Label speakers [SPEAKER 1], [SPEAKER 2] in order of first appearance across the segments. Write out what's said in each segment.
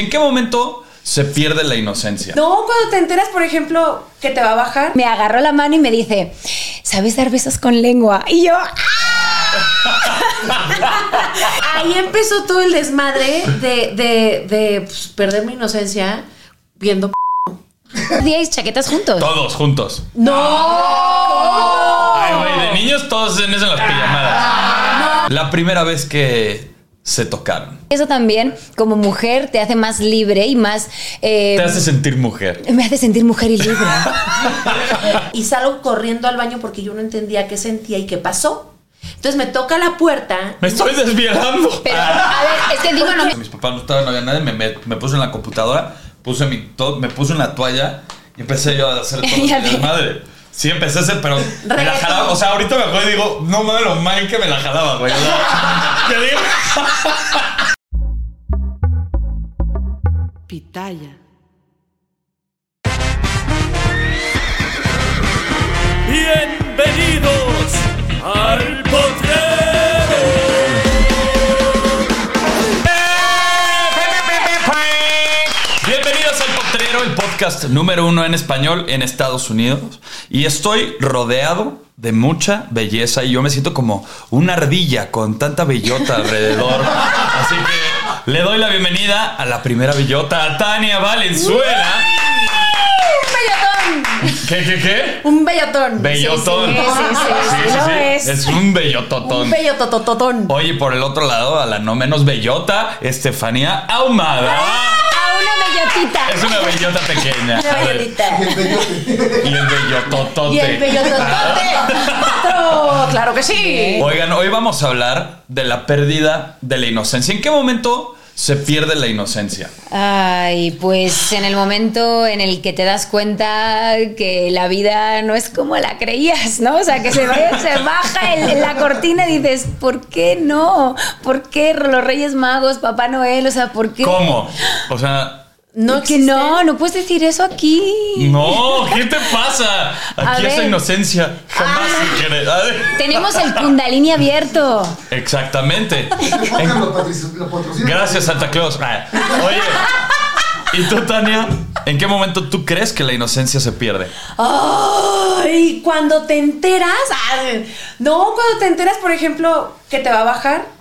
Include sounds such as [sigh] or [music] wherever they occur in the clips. [SPEAKER 1] ¿En qué momento se pierde la inocencia?
[SPEAKER 2] No, cuando te enteras, por ejemplo, que te va a bajar.
[SPEAKER 3] Me agarró la mano y me dice, ¿sabes dar besos con lengua? Y yo, ¡ah!
[SPEAKER 2] [laughs] Ahí empezó todo el desmadre de, de, de pues, perder mi inocencia viendo. p-
[SPEAKER 3] ¡ah! 10 chaquetas juntos.
[SPEAKER 1] Todos juntos.
[SPEAKER 2] ¡No!
[SPEAKER 1] Ay, güey, de niños todos en eso en las pijamadas. La primera vez que se tocaron.
[SPEAKER 3] Eso también, como mujer, te hace más libre y más... eh,
[SPEAKER 1] Te hace sentir mujer.
[SPEAKER 3] Me hace sentir mujer
[SPEAKER 1] [laughs]
[SPEAKER 3] y libre.
[SPEAKER 2] Y salgo corriendo al baño porque yo no entendía qué sentía y qué pasó. Entonces me toca la puerta.
[SPEAKER 1] Me estoy desviando.
[SPEAKER 3] Pero, a ver, es que digo, no,
[SPEAKER 1] [laughs] Mis papás no estaban, no había nadie. Me, me, me puso en la computadora, puse mi to- me puse en la toalla y empecé yo a hacer todo
[SPEAKER 3] Y a
[SPEAKER 1] el
[SPEAKER 3] ver.
[SPEAKER 1] madre. Sí, empecé a hacer, pero me la
[SPEAKER 2] Reggaetón.
[SPEAKER 1] jalaba. O sea, ahorita me acuerdo y digo, no mames, lo mal que me la jalaba, güey. O sea, te digo.
[SPEAKER 4] Pitaya.
[SPEAKER 5] Bienvenidos al potrero.
[SPEAKER 1] Bienvenidos al Potrero, el podcast número uno en español en Estados Unidos. Y estoy rodeado de mucha belleza y yo me siento como una ardilla con tanta bellota alrededor. Así que le doy la bienvenida a la primera bellota, a Tania Valenzuela.
[SPEAKER 2] ¡Un bellotón!
[SPEAKER 1] ¿Qué, qué, qué?
[SPEAKER 2] ¡Un bellotón!
[SPEAKER 1] Bellotón.
[SPEAKER 3] Sí, sí, sí, sí,
[SPEAKER 1] Sí, sí,
[SPEAKER 3] lo
[SPEAKER 1] sí.
[SPEAKER 3] es.
[SPEAKER 1] Es un bellototón.
[SPEAKER 2] Un bellotototón.
[SPEAKER 1] Oye, por el otro lado, a la no menos bellota, Estefanía Ahumada.
[SPEAKER 3] a una bellotita.
[SPEAKER 1] Es una bellota pequeña.
[SPEAKER 2] Una bellotita.
[SPEAKER 1] Y el bellototote.
[SPEAKER 2] Y el
[SPEAKER 3] [laughs]
[SPEAKER 2] bellototote. ¡Claro que sí!
[SPEAKER 1] Oigan, hoy vamos a hablar de la pérdida de la inocencia. ¿En qué momento se pierde la inocencia?
[SPEAKER 3] Ay, pues en el momento en el que te das cuenta que la vida no es como la creías, ¿no? O sea, que se, va- se baja el- la cortina y dices, ¿por qué no? ¿Por qué los Reyes Magos, Papá Noel? O sea, ¿por qué?
[SPEAKER 1] ¿Cómo? O sea,
[SPEAKER 3] No, que no, no puedes decir eso aquí.
[SPEAKER 1] no, ¿qué te pasa? Aquí
[SPEAKER 3] A
[SPEAKER 1] esa
[SPEAKER 3] ver.
[SPEAKER 1] inocencia jamás
[SPEAKER 3] Ah.
[SPEAKER 1] se quiere. A ver.
[SPEAKER 3] Tenemos el Kundalini abierto.
[SPEAKER 1] Exactamente.
[SPEAKER 6] Oigan, lo patrici- lo patrocina.
[SPEAKER 1] Gracias, Santa Claus. Ah, Oye, ¿y tú, Tania? ¿En qué momento tú crees que la inocencia se pierde?
[SPEAKER 2] Ay, cuando te enteras, ay, no, cuando te enteras, por ejemplo, que te va a bajar,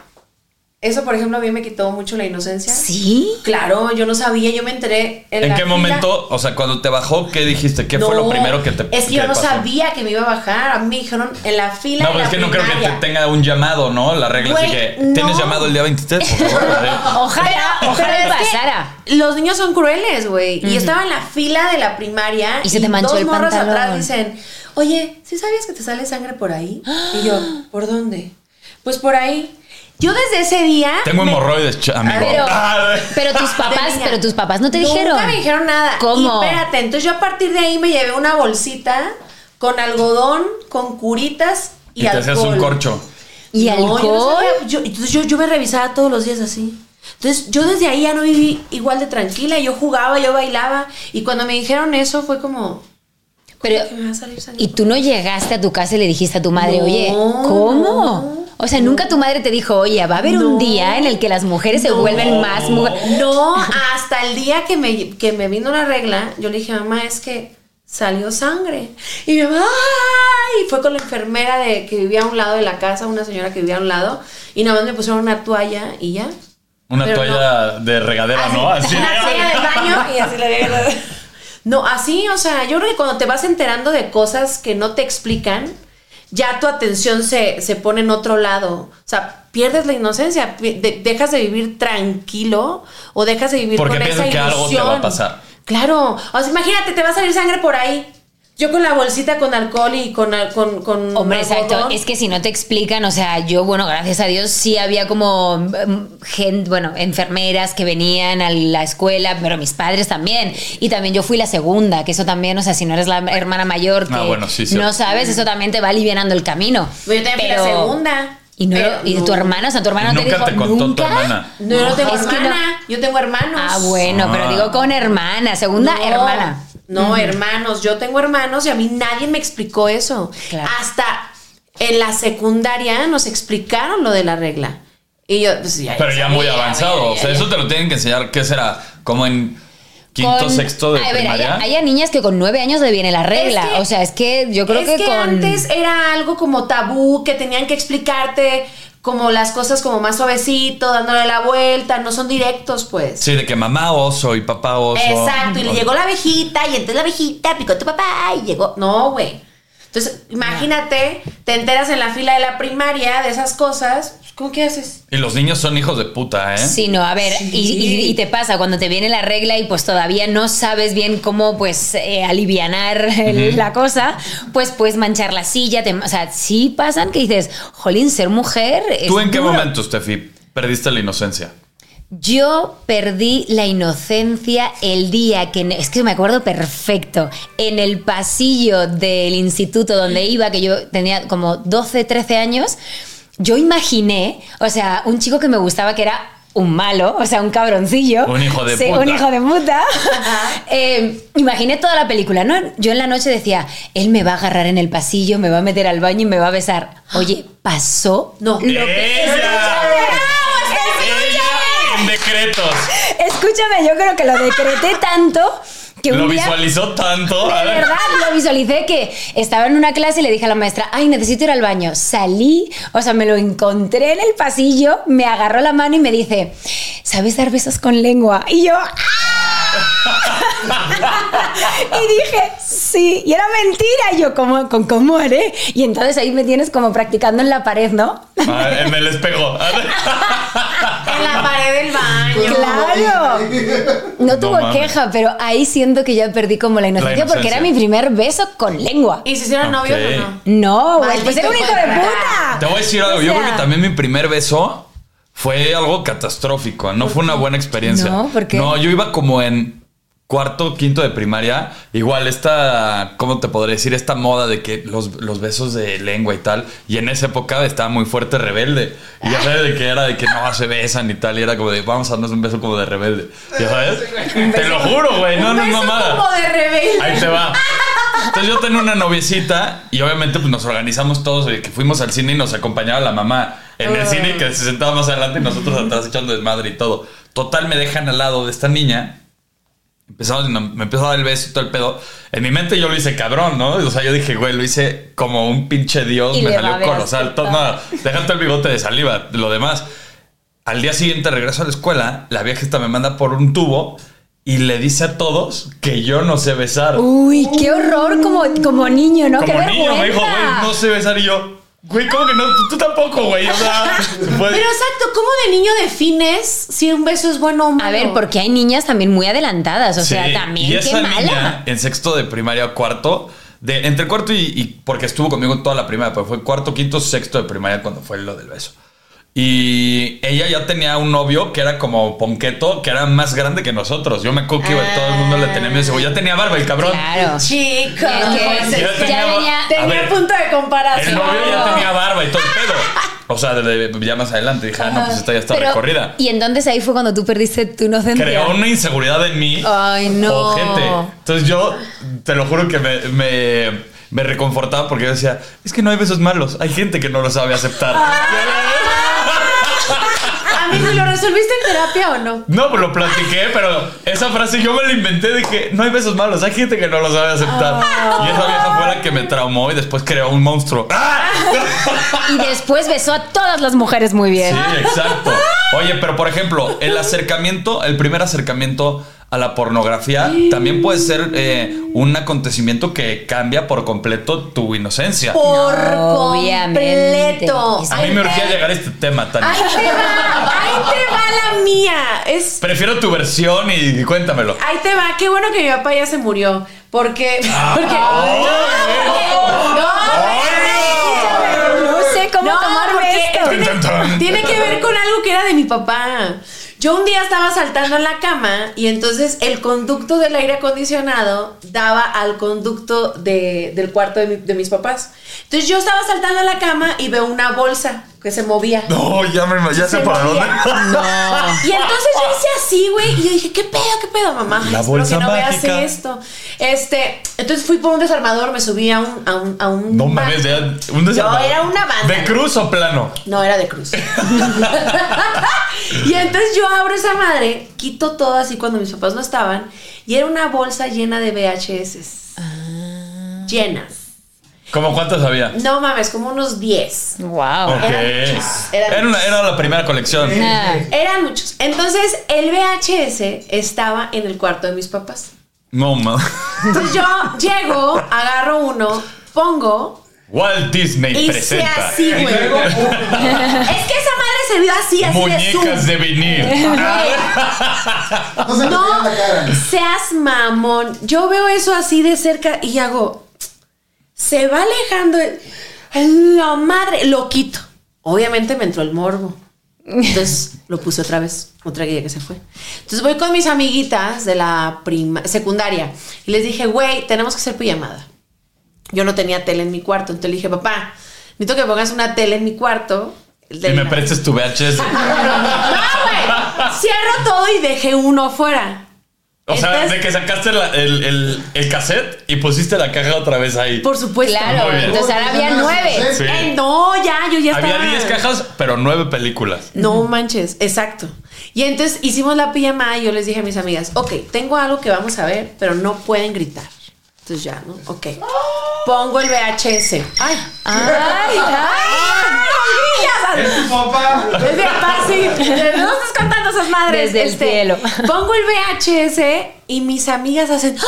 [SPEAKER 2] eso, por ejemplo, a mí me quitó mucho la inocencia.
[SPEAKER 3] ¿Sí?
[SPEAKER 2] Claro, yo no sabía, yo me enteré. ¿En,
[SPEAKER 1] ¿En
[SPEAKER 2] la
[SPEAKER 1] qué
[SPEAKER 2] fila.
[SPEAKER 1] momento, o sea, cuando te bajó, qué dijiste? ¿Qué fue
[SPEAKER 2] No,
[SPEAKER 1] lo primero que te
[SPEAKER 2] Es que yo
[SPEAKER 1] que
[SPEAKER 2] no
[SPEAKER 1] pasó?
[SPEAKER 2] sabía que me iba a bajar. A mí me dijeron en la fila.
[SPEAKER 1] No,
[SPEAKER 2] de
[SPEAKER 1] pero es
[SPEAKER 2] la
[SPEAKER 1] que no creo que te
[SPEAKER 2] primaria.
[SPEAKER 1] tenga un llamado, ¿no? La regla es
[SPEAKER 2] Güey,
[SPEAKER 1] que tienes
[SPEAKER 2] no.
[SPEAKER 1] llamado el día 23. por favor,
[SPEAKER 2] [laughs]
[SPEAKER 1] ¿vale?
[SPEAKER 3] Ojalá,
[SPEAKER 2] Pero
[SPEAKER 3] ojalá
[SPEAKER 2] es que
[SPEAKER 3] pasara.
[SPEAKER 2] Los niños son crueles, güey. Y estaba en la fila de la primaria.
[SPEAKER 3] Y se te manchó
[SPEAKER 2] dos
[SPEAKER 3] el
[SPEAKER 2] morros
[SPEAKER 3] pantalón.
[SPEAKER 2] atrás dicen, oye, ¿sí sabías que te sale sangre por ahí? Y yo, ¿por dónde? Pues por ahí. Yo desde ese día.
[SPEAKER 1] Tengo
[SPEAKER 2] me-
[SPEAKER 1] hemorroides, ch- amigo.
[SPEAKER 3] Pero,
[SPEAKER 1] [laughs] Ah,
[SPEAKER 3] pero tus
[SPEAKER 2] De
[SPEAKER 3] papás,
[SPEAKER 2] niña.
[SPEAKER 3] pero tus papás no te dijeron.
[SPEAKER 2] Nunca me dijeron nada.
[SPEAKER 3] ¿Cómo?
[SPEAKER 2] Y espérate, entonces yo a partir de ahí me llevé una bolsita con algodón, con curitas
[SPEAKER 1] y
[SPEAKER 2] y,
[SPEAKER 1] te
[SPEAKER 2] alcohol.
[SPEAKER 1] hacías un corcho.
[SPEAKER 3] ¿Y
[SPEAKER 2] No, yo no
[SPEAKER 3] alcohol?
[SPEAKER 2] sabía. pues, Yo- entonces yo, yo me revisaba todos los días así. Entonces yo desde ahí ya no viví igual de tranquila. Yo jugaba, yo bailaba. Y cuando me dijeron eso fue como...
[SPEAKER 3] Pero,
[SPEAKER 2] que me va a salir sangre.
[SPEAKER 3] y tú no llegaste a tu casa y le dijiste a tu madre,
[SPEAKER 2] No,
[SPEAKER 3] oye,
[SPEAKER 2] no,
[SPEAKER 3] ¿cómo? O sea, nunca tu madre te dijo, oye, va a haber un
[SPEAKER 2] No.
[SPEAKER 3] día en el que las mujeres se
[SPEAKER 2] No.
[SPEAKER 3] vuelven más mujeres.
[SPEAKER 2] No, hasta el día que me, que me vino la regla, yo le dije, mamá, es que salió sangre. Y mi mamá, ¡ay! Fue con la enfermera de, que vivía a un lado de la casa, una señora que vivía a un lado, y nada más me pusieron una toalla y ya.
[SPEAKER 1] Una
[SPEAKER 2] Pero
[SPEAKER 1] toalla de regadera,
[SPEAKER 2] [laughs]
[SPEAKER 3] [laughs]
[SPEAKER 1] ¿no? Así.
[SPEAKER 2] Una toalla del baño y así le dije. No, así, o sea, yo creo que cuando te vas enterando de cosas que no te explican, ya tu atención se, se pone en otro lado. O sea, pierdes la inocencia, pi- de- dejas de vivir tranquilo o dejas de vivir
[SPEAKER 1] Porque
[SPEAKER 2] con esa
[SPEAKER 1] piensas que algo te va a
[SPEAKER 2] ilusión.
[SPEAKER 1] pasar.
[SPEAKER 2] Claro, o sea, imagínate, te va a salir sangre por ahí. Yo con la bolsita con alcohol y con... al- con, con
[SPEAKER 3] Hombre, exacto.
[SPEAKER 2] algodón.
[SPEAKER 3] Es que si no te explican, o sea, yo, bueno, gracias a Dios sí había como mm, gente, bueno, enfermeras que venían a la escuela, pero mis padres también. Y también yo fui la segunda, que eso también, o sea, si no eres la hermana mayor que
[SPEAKER 1] Ah, bueno, sí,
[SPEAKER 3] no
[SPEAKER 1] cierto.
[SPEAKER 3] sabes, eso también te va aliviando el camino.
[SPEAKER 2] Pues Yo también fui la
[SPEAKER 3] Pero-
[SPEAKER 2] segunda.
[SPEAKER 3] Y, no,
[SPEAKER 2] Pero
[SPEAKER 3] y tu hermana, o sea, tu hermana no te
[SPEAKER 1] Nunca
[SPEAKER 3] dijo
[SPEAKER 1] te contó tu
[SPEAKER 3] ¿nunca?
[SPEAKER 1] hermana.
[SPEAKER 2] No, yo no tengo
[SPEAKER 3] Es que no.
[SPEAKER 2] hermana. Yo tengo hermanos.
[SPEAKER 3] Ah, bueno, pero
[SPEAKER 1] Ah.
[SPEAKER 3] digo con hermana, segunda
[SPEAKER 2] No,
[SPEAKER 3] hermana.
[SPEAKER 2] No, hermanos. Yo tengo hermanos y a mí nadie me explicó eso.
[SPEAKER 3] Claro.
[SPEAKER 2] Hasta en la secundaria nos explicaron lo de la regla. Y yo, pues, ya-
[SPEAKER 1] Pero ya muy
[SPEAKER 3] ya,
[SPEAKER 1] avanzado.
[SPEAKER 3] ya, ya,
[SPEAKER 1] o sea,
[SPEAKER 3] ya.
[SPEAKER 1] eso te lo tienen que enseñar. ¿Qué será? Como en quinto,
[SPEAKER 3] Con-
[SPEAKER 1] sexto de
[SPEAKER 3] A ver, hay,
[SPEAKER 1] primaria.
[SPEAKER 3] hay a niñas que con nueve años le viene la regla.
[SPEAKER 2] que-
[SPEAKER 3] o sea, es que yo creo
[SPEAKER 2] es
[SPEAKER 3] que,
[SPEAKER 2] que,
[SPEAKER 3] con.
[SPEAKER 2] antes era algo como tabú, que tenían que explicarte como las cosas como más suavecito, dándole la vuelta, no son directos, pues.
[SPEAKER 1] Sí, de que mamá oso y papá oso.
[SPEAKER 2] Exacto, y le
[SPEAKER 1] O-
[SPEAKER 2] llegó la abejita, y entonces la abejita picó a tu papá, y llegó. No, güey. Entonces, imagínate, te enteras en la fila de la primaria de esas cosas, ¿cómo qué haces?
[SPEAKER 1] Y los niños son hijos de puta, ¿eh?
[SPEAKER 3] Sí, no, a ver, y, y- y te pasa cuando te viene la regla y pues todavía no sabes bien cómo pues eh, alivianar el- la cosa, pues puedes manchar la silla, te- o sea, sí pasan que dices, jolín, ser mujer. es
[SPEAKER 1] ¿Tú en qué
[SPEAKER 3] duro".
[SPEAKER 1] momento, Steffi, perdiste la inocencia?
[SPEAKER 3] Yo perdí la inocencia el día que, es que me acuerdo perfecto, en el pasillo del instituto donde iba, que yo tenía como 12, 13 años, yo imaginé, o sea, un chico que me gustaba que era un malo, o sea, un cabroncillo.
[SPEAKER 1] Un hijo de
[SPEAKER 3] [laughs] Sí,
[SPEAKER 1] puta.
[SPEAKER 3] Un hijo de puta. [laughs] Eh, imaginé toda la película, ¿no? Yo en la noche decía, él me va a agarrar en el pasillo, me va a meter al baño y me va a besar. Oye, pasó
[SPEAKER 2] No.
[SPEAKER 3] lo que...
[SPEAKER 1] ¡Ella en decretos!
[SPEAKER 3] [laughs] Escúchame, yo creo que
[SPEAKER 1] [laughs]
[SPEAKER 3] lo decreté tanto que un
[SPEAKER 1] Lo
[SPEAKER 3] día.
[SPEAKER 1] visualizó tanto. A
[SPEAKER 3] De
[SPEAKER 1] ver.
[SPEAKER 3] verdad, lo visualicé que estaba en una clase y le dije a la maestra, ay, necesito ir al baño. Salí, o sea, me lo encontré en el pasillo, me agarró la mano y me dice, ¿sabes dar besos con lengua? Y yo, ¡ah! [laughs] y dije, sí, y era mentira. Y yo, ¿cómo, con, ¿cómo haré? Y entonces ahí me tienes como practicando en la pared, ¿no?
[SPEAKER 1] A ver, en el espejo. A ver.
[SPEAKER 3] [laughs]
[SPEAKER 2] En la pared del baño.
[SPEAKER 3] Claro. No tuvo
[SPEAKER 1] mames.
[SPEAKER 3] queja, pero ahí siento que ya perdí como la inocencia, porque
[SPEAKER 1] inocencia.
[SPEAKER 3] era mi primer beso con lengua.
[SPEAKER 2] ¿Y se hicieron
[SPEAKER 1] Ok.
[SPEAKER 2] novios o no?
[SPEAKER 3] No, güey,
[SPEAKER 2] Maldito
[SPEAKER 3] pues era un hijo de
[SPEAKER 2] hijo de
[SPEAKER 3] puta.
[SPEAKER 1] Te voy a decir algo.
[SPEAKER 3] O
[SPEAKER 1] Yo
[SPEAKER 3] sea,
[SPEAKER 1] creo que también mi primer beso fue algo catastrófico. No fue una buena experiencia.
[SPEAKER 3] No, ¿por qué?
[SPEAKER 1] No, yo iba como en cuarto, quinto de primaria. Igual esta, ¿cómo te podré decir? Esta moda de que los, los besos de lengua y tal. Y en esa época estaba muy fuerte rebelde. Y ya sabes de que era de que no se besan y tal. Y era como de vamos a darnos un beso como de rebelde.
[SPEAKER 3] [laughs]
[SPEAKER 1] Ya sabes. te lo juro, güey. No,
[SPEAKER 2] Un
[SPEAKER 1] no, es
[SPEAKER 2] beso
[SPEAKER 1] mamada.
[SPEAKER 2] como de rebelde.
[SPEAKER 1] Ahí te va. Entonces yo tenía una noviecita y obviamente pues nos organizamos todos, oye, que fuimos al cine y nos acompañaba la mamá en el cine que se sentaba más adelante y nosotros atrás echando desmadre y todo. Total me dejan al lado de esta niña. Empezamos, no, me empezó a dar el beso y todo el pedo. En mi mente yo lo hice cabrón, ¿no? O sea, yo dije, güey, lo hice como un pinche dios,
[SPEAKER 3] Y
[SPEAKER 1] me
[SPEAKER 3] le va a
[SPEAKER 1] salió
[SPEAKER 3] haber
[SPEAKER 1] colosal. Todo,
[SPEAKER 3] aceptado.
[SPEAKER 1] nada, déjate el bigote de saliva, lo demás. Al día siguiente regreso a la escuela, la vieja esta me manda por un tubo y le dice a todos que yo no sé besar.
[SPEAKER 3] Uy, qué horror como, como niño, ¿no?
[SPEAKER 1] Como
[SPEAKER 3] qué
[SPEAKER 1] niño me dijo, güey,
[SPEAKER 3] vergüenza.
[SPEAKER 1] no sé besar y yo, güey, ¿cómo que no? Tú, tú tampoco, güey. O
[SPEAKER 3] [laughs]
[SPEAKER 1] sea, pues,
[SPEAKER 2] Pero exacto, ¿cómo de niño defines si un beso es bueno o malo?
[SPEAKER 3] A ver, porque hay niñas también muy adelantadas, o
[SPEAKER 1] sí.
[SPEAKER 3] sea,
[SPEAKER 1] Y
[SPEAKER 3] también qué
[SPEAKER 1] esa niña,
[SPEAKER 3] mala.
[SPEAKER 1] en sexto de primaria, cuarto, de, entre cuarto y, y- porque estuvo conmigo toda la primaria, pero fue cuarto, quinto, sexto de primaria cuando fue lo del beso. Y ella ya tenía un novio que era como ponqueto, que era más grande que nosotros. Yo me acuerdo que güey, todo el mundo le tenía miedo. ese güey. Ya tenía barba el cabrón.
[SPEAKER 3] Claro.
[SPEAKER 2] Chico,
[SPEAKER 3] Es que
[SPEAKER 1] Ya
[SPEAKER 3] ya
[SPEAKER 1] tenía-
[SPEAKER 3] venía-
[SPEAKER 1] a
[SPEAKER 2] tenía
[SPEAKER 1] ver.
[SPEAKER 2] punto de
[SPEAKER 1] El
[SPEAKER 2] comparación.
[SPEAKER 1] novio ya
[SPEAKER 2] [laughs]
[SPEAKER 1] tenía barba y todo el pedo. O sea, de- de- ya más adelante dije, ah, no, pues esta ya está
[SPEAKER 3] Pero-
[SPEAKER 1] recorrida.
[SPEAKER 3] Y entonces ahí fue cuando tú perdiste tu inocencia.
[SPEAKER 1] Creó una inseguridad en mí.
[SPEAKER 3] Ay, no.
[SPEAKER 1] Ojete. Entonces yo, te lo juro que me, me, me reconfortaba porque yo decía, es que no hay besos malos, hay gente que no lo sabe aceptar.
[SPEAKER 3] Ah.
[SPEAKER 2] Amigo, ¿lo resolviste en terapia o no?
[SPEAKER 1] No, pues lo platiqué, pero esa frase yo me la inventé de que no hay besos malos, hay gente que no lo sabe aceptar.
[SPEAKER 3] Ah.
[SPEAKER 1] Y esa vieja fue la que me traumó y después creó un monstruo. ¡Ah!
[SPEAKER 3] Y después besó a todas las mujeres muy bien.
[SPEAKER 1] Sí, exacto. Oye, pero por ejemplo, el acercamiento, el primer acercamiento a la pornografía también puede ser eh, un acontecimiento que cambia por completo tu inocencia.
[SPEAKER 2] Por
[SPEAKER 3] Obviamente.
[SPEAKER 2] completo.
[SPEAKER 3] Es
[SPEAKER 1] A mí
[SPEAKER 2] Ahí
[SPEAKER 1] me
[SPEAKER 2] te-
[SPEAKER 1] urgía llegar a este tema, Tania.
[SPEAKER 2] Ahí te va, ahí te va la mía. Es,
[SPEAKER 1] Prefiero tu versión y cuéntamelo.
[SPEAKER 2] ahí te va. Qué bueno que mi papá ya se murió. Porque. Ah, porque
[SPEAKER 1] ay, Ah,
[SPEAKER 2] no, porque-
[SPEAKER 1] ay,
[SPEAKER 2] no,
[SPEAKER 3] no sé cómo tomarme esto.
[SPEAKER 2] tiene-
[SPEAKER 1] Tan, tan, tan.
[SPEAKER 2] Tiene que ver con algo que era de mi papá. Yo un día estaba saltando en la cama y entonces el conducto del aire acondicionado daba al conducto de- del cuarto de, mi- de mis papás. Entonces yo estaba saltando en la cama y veo una bolsa que se movía.
[SPEAKER 1] No, ya, me, ya sé
[SPEAKER 2] Se
[SPEAKER 1] para dónde.
[SPEAKER 2] movía. Y entonces yo hice así, güey, y yo dije, ¿qué pedo, qué pedo, mamá?
[SPEAKER 1] La
[SPEAKER 2] Espero
[SPEAKER 1] bolsa
[SPEAKER 2] que no
[SPEAKER 1] mágica.
[SPEAKER 2] veas esto. Este, entonces fui por un desarmador, me subí a un... A un, a un
[SPEAKER 1] No mames, ya, un desarmador.
[SPEAKER 2] era una banda.
[SPEAKER 1] ¿De cruz o plano?
[SPEAKER 2] No, era de cruz. [laughs] y entonces yo abro esa madre, quito todo así cuando mis papás no estaban, y era una bolsa llena de VHS. Llenas.
[SPEAKER 1] ¿Cómo cuántas había?
[SPEAKER 2] No mames, como unos 10.
[SPEAKER 3] Wow.
[SPEAKER 1] Ok.
[SPEAKER 2] Eran muchas, eran
[SPEAKER 1] Era, una-
[SPEAKER 2] muchas.
[SPEAKER 1] era la primera colección.
[SPEAKER 2] Eran muchos. Entonces el VHS estaba en el cuarto de mis papás.
[SPEAKER 1] No mames.
[SPEAKER 2] Entonces yo llego, agarro uno, pongo
[SPEAKER 1] [laughs] Walt Disney
[SPEAKER 2] y sé
[SPEAKER 1] presenta.
[SPEAKER 2] así, güey. es que esa madre se vio así, así de zoom.
[SPEAKER 1] [laughs] Muñecas de
[SPEAKER 2] [laughs]
[SPEAKER 1] vinil.
[SPEAKER 6] No se
[SPEAKER 2] No
[SPEAKER 6] no. la cara.
[SPEAKER 2] seas mamón. Yo veo eso así de cerca y hago. Se va alejando. el- La madre. Lo quito. Obviamente me entró el morbo. Entonces lo puse otra vez, otra guía que se fue. Entonces voy con mis amiguitas de la prima, secundaria y les dije, güey, tenemos que hacer pijamada. Yo no tenía tele en mi cuarto, entonces le dije, papá, necesito que pongas una tele en mi cuarto.
[SPEAKER 1] Y
[SPEAKER 2] de
[SPEAKER 1] me
[SPEAKER 2] la-
[SPEAKER 1] prestes tu VHS.
[SPEAKER 2] No, güey. Cierro todo y dejé uno fuera.
[SPEAKER 1] O sea,
[SPEAKER 2] Entonces-
[SPEAKER 1] de que sacaste la- el, el- el cassette y pusiste la caja otra vez ahí.
[SPEAKER 2] Por supuesto.
[SPEAKER 3] Claro,
[SPEAKER 1] Muy bien.
[SPEAKER 3] entonces ahora había nueve.
[SPEAKER 1] Sí.
[SPEAKER 2] Eh, no, ya, yo ya
[SPEAKER 1] Había
[SPEAKER 2] estaba.
[SPEAKER 1] 10 cajas, pero 9 películas.
[SPEAKER 2] No manches, exacto. Y entonces hicimos la pijamada y yo les dije a mis amigas, ok, tengo algo que vamos a ver, pero no pueden gritar. Entonces ya, ¿no? Ok.
[SPEAKER 1] ¡Ah!
[SPEAKER 2] Pongo el VHS. ¡Ay!
[SPEAKER 3] Ay, ay.
[SPEAKER 2] ¡Ay! ¡Hormigas!
[SPEAKER 6] Papá.
[SPEAKER 2] Desde acá,
[SPEAKER 3] [laughs]
[SPEAKER 2] sí. Desde- No estás contando esas madres. Este,
[SPEAKER 3] Desde el cielo.
[SPEAKER 2] Pongo el VHS y mis amigas hacen. ¡Ah!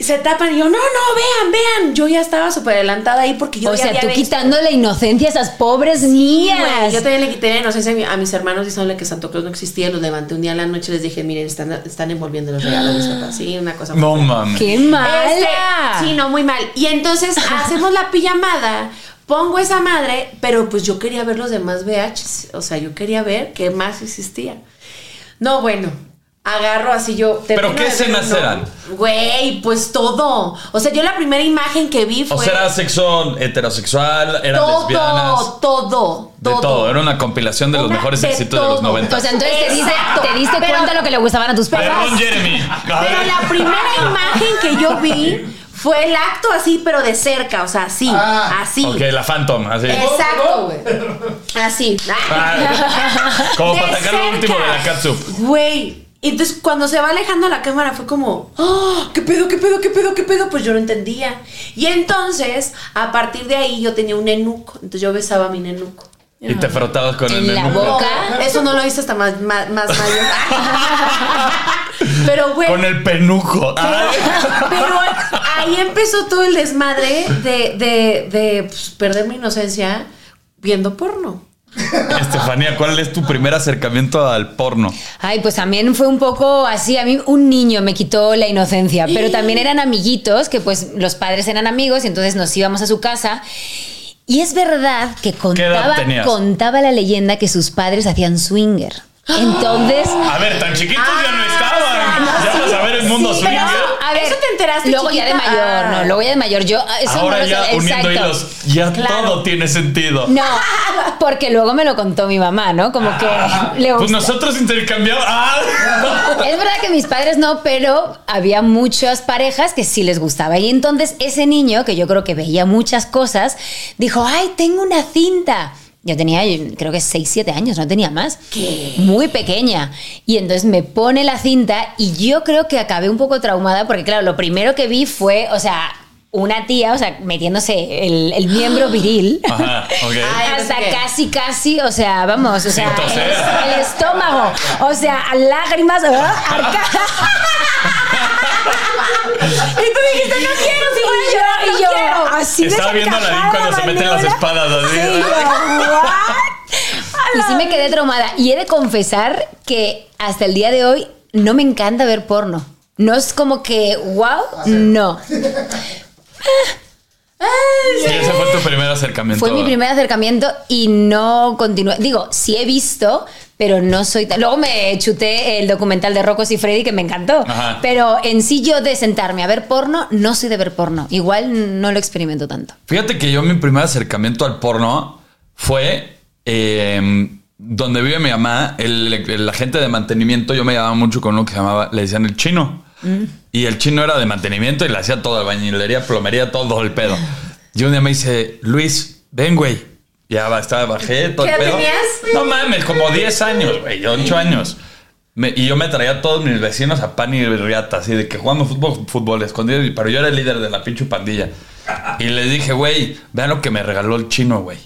[SPEAKER 2] Y Se tapan y yo, no, no, vean, vean. Yo ya estaba súper adelantada ahí porque yo
[SPEAKER 3] O
[SPEAKER 2] ya
[SPEAKER 3] sea,
[SPEAKER 2] había
[SPEAKER 3] tú
[SPEAKER 2] visto.
[SPEAKER 3] quitando la inocencia a esas pobres
[SPEAKER 2] Sí, güey,
[SPEAKER 3] niñas.
[SPEAKER 2] Yo también le quité la inocencia a mi- a mis hermanos diciéndole que Santo Claus no existía. Los levanté un día en la noche y les dije, miren, están, están envolviendo los regalos de mis papás. Sí, una cosa muy
[SPEAKER 1] [laughs] No
[SPEAKER 2] fea.
[SPEAKER 1] mames.
[SPEAKER 3] ¡Qué
[SPEAKER 2] Este,
[SPEAKER 3] mala!
[SPEAKER 2] sí, no, muy mal. Y entonces hacemos la pijamada, pongo esa madre, pero pues yo quería ver los demás VHs. O sea, yo quería ver qué más existía. No, bueno. Agarro así yo.
[SPEAKER 1] ¿Pero
[SPEAKER 2] termino
[SPEAKER 1] qué
[SPEAKER 2] de ver
[SPEAKER 1] escenas
[SPEAKER 2] uno.
[SPEAKER 1] eran?
[SPEAKER 2] Güey, pues todo. O sea, yo la primera imagen que vi fue.
[SPEAKER 1] O sea, era sexo heterosexual, eran
[SPEAKER 2] todo,
[SPEAKER 1] lesbianas.
[SPEAKER 2] todo,
[SPEAKER 1] De todo. era una compilación de los
[SPEAKER 2] Una
[SPEAKER 1] mejores
[SPEAKER 2] de
[SPEAKER 1] éxitos de los
[SPEAKER 2] todo. Pues,
[SPEAKER 1] 90.
[SPEAKER 3] O sea, entonces te, dice,
[SPEAKER 2] Exacto.
[SPEAKER 3] te diste
[SPEAKER 2] Pero-
[SPEAKER 3] cuenta lo que le gustaban a tus
[SPEAKER 2] pero-
[SPEAKER 3] papás.
[SPEAKER 1] Perdón, Jeremy. A
[SPEAKER 2] Pero
[SPEAKER 1] ver.
[SPEAKER 2] la
[SPEAKER 1] [laughs]
[SPEAKER 2] primera imagen que yo vi fue el acto así, pero de cerca, o sea, así,
[SPEAKER 6] Ah,
[SPEAKER 2] así.
[SPEAKER 1] Ok, la Phantom, así.
[SPEAKER 2] Exacto, güey. Así.
[SPEAKER 1] Ah, como para
[SPEAKER 2] De
[SPEAKER 1] sacar lo último de la
[SPEAKER 2] cerca.
[SPEAKER 1] catsup.
[SPEAKER 2] Güey. Y entonces cuando se va alejando la cámara fue como, "Ah, ¿qué pedo, qué pedo, qué pedo, qué pedo? Pues yo no entendía. Y entonces, a partir de ahí, yo tenía un nenuco. Entonces yo besaba a mi nenuco.
[SPEAKER 1] Y te frotabas con el
[SPEAKER 3] En la
[SPEAKER 1] nenuco. [laughs]
[SPEAKER 3] boca.
[SPEAKER 2] Eso no lo hice hasta más, más, más mayor. Pero, güey.
[SPEAKER 1] Con el penuco. Ah,
[SPEAKER 2] Pero ahí empezó todo el desmadre de, de, de pues, perder mi inocencia viendo porno.
[SPEAKER 1] Estefanía, ¿cuál es tu primer acercamiento al porno?
[SPEAKER 3] Ay, pues también fue un poco así. A mí un niño me quitó la inocencia, pero también eran amiguitos, que pues los padres eran amigos y entonces nos íbamos a su casa. Y es verdad que contaba,
[SPEAKER 1] tenías?
[SPEAKER 3] contaba la leyenda que sus padres hacían swinger. Entonces...
[SPEAKER 1] A ver, tan chiquitos ya no
[SPEAKER 2] Ah,
[SPEAKER 1] estaban.
[SPEAKER 2] no,
[SPEAKER 1] ya
[SPEAKER 2] sí,
[SPEAKER 1] vas a ver el mundo
[SPEAKER 2] sí,
[SPEAKER 1] swinger.
[SPEAKER 2] pero-
[SPEAKER 3] A ver,
[SPEAKER 2] Eso te enteraste,
[SPEAKER 3] Luego ya de
[SPEAKER 2] chiquita.
[SPEAKER 3] mayor,
[SPEAKER 2] Ah.
[SPEAKER 3] no, luego ya de mayor. Yo, ah, eso
[SPEAKER 1] Ahora
[SPEAKER 3] no lo
[SPEAKER 1] ya
[SPEAKER 3] sabía.
[SPEAKER 1] uniendo
[SPEAKER 3] Exacto.
[SPEAKER 1] hilos, ya
[SPEAKER 2] Claro.
[SPEAKER 1] todo tiene sentido.
[SPEAKER 3] No, porque luego me lo contó mi mamá, ¿no? Como que le
[SPEAKER 1] Pues
[SPEAKER 3] gusta.
[SPEAKER 1] nosotros intercambiamos. Ah.
[SPEAKER 3] Es verdad que mis padres no, pero había muchas parejas que sí les gustaba. Y entonces ese niño, que yo creo que veía muchas cosas, dijo, ay, tengo una cinta. Yo tenía, yo creo que 6, 7 años, no tenía más. Muy pequeña. Y entonces me pone la cinta y yo creo que acabé un poco traumada porque, claro, lo primero que vi fue, o sea, una tía, o sea, metiéndose el, el miembro viril.
[SPEAKER 1] Ajá, ok.
[SPEAKER 2] Ay,
[SPEAKER 3] hasta
[SPEAKER 2] ¿qué?
[SPEAKER 3] casi, casi, o sea, vamos, o sea,
[SPEAKER 1] Sin toser.
[SPEAKER 3] el, el estómago, o sea, a lágrimas, ah, arca.
[SPEAKER 2] [laughs] Y tú dijiste, no quiero, si voy a llorar,
[SPEAKER 3] y yo,
[SPEAKER 2] no
[SPEAKER 3] y yo,
[SPEAKER 2] quiero.
[SPEAKER 3] así
[SPEAKER 1] Estaba viendo a Aladín
[SPEAKER 3] desencajada
[SPEAKER 1] cuando se meten las
[SPEAKER 3] mandíbula.
[SPEAKER 1] espadas, así.
[SPEAKER 3] Sí, yo, ¿what? Y sí me quedé traumada. Y he de confesar que hasta el día de hoy no me encanta ver porno. No es como que, wow,
[SPEAKER 2] [laughs]
[SPEAKER 3] no.
[SPEAKER 2] Ah,
[SPEAKER 1] Y ese fue tu primer acercamiento.
[SPEAKER 3] Fue mi primer acercamiento y no continué. Digo, sí he visto, pero no soy tan. Luego me chuté el documental de Rocos y Freddy que me encantó.
[SPEAKER 1] Ajá.
[SPEAKER 3] Pero en sí, yo de sentarme a ver porno, no soy de ver porno. Igual no lo experimento tanto.
[SPEAKER 1] Fíjate que yo mi primer acercamiento al porno fue eh, donde vive mi mamá, el, el agente de mantenimiento, yo me llevaba mucho con uno que se llamaba, le decían el chino.
[SPEAKER 2] Mm.
[SPEAKER 1] Y el chino era de mantenimiento y le hacía todo, albañilería, plomería, todo el pedo. Y un día me dice, Luis, ven, güey. Ya va, estaba, bajé, todo
[SPEAKER 2] ¿Qué
[SPEAKER 1] el pedo.
[SPEAKER 2] tenías?
[SPEAKER 1] No mames, como 10 años, güey, 8 años. Me- y yo me traía a todos mis vecinos a pan y riata, así de que jugamos fútbol, fútbol escondido, y- pero yo era el líder de la pinche pandilla. Y les dije, güey, vean lo que me regaló el chino, güey.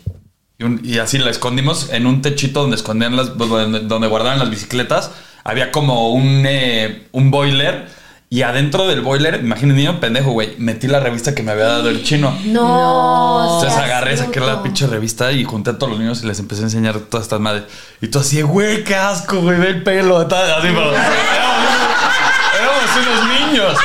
[SPEAKER 1] Y, un- y así la escondimos en un techito donde escondían las, pues, donde, donde guardaban las bicicletas. Había como un, eh, un boiler. Y adentro del boiler, imagínate, niño pendejo, güey, metí la revista que me había dado el chino.
[SPEAKER 2] No.
[SPEAKER 1] Entonces
[SPEAKER 2] seas
[SPEAKER 1] agarré, saqué la
[SPEAKER 2] loco.
[SPEAKER 1] pinche revista y junté a todos los niños y les empecé a enseñar todas estas madres. Y tú así, güey, qué asco, güey, ve el pelo. tal, Así, pero, éramos unos niños.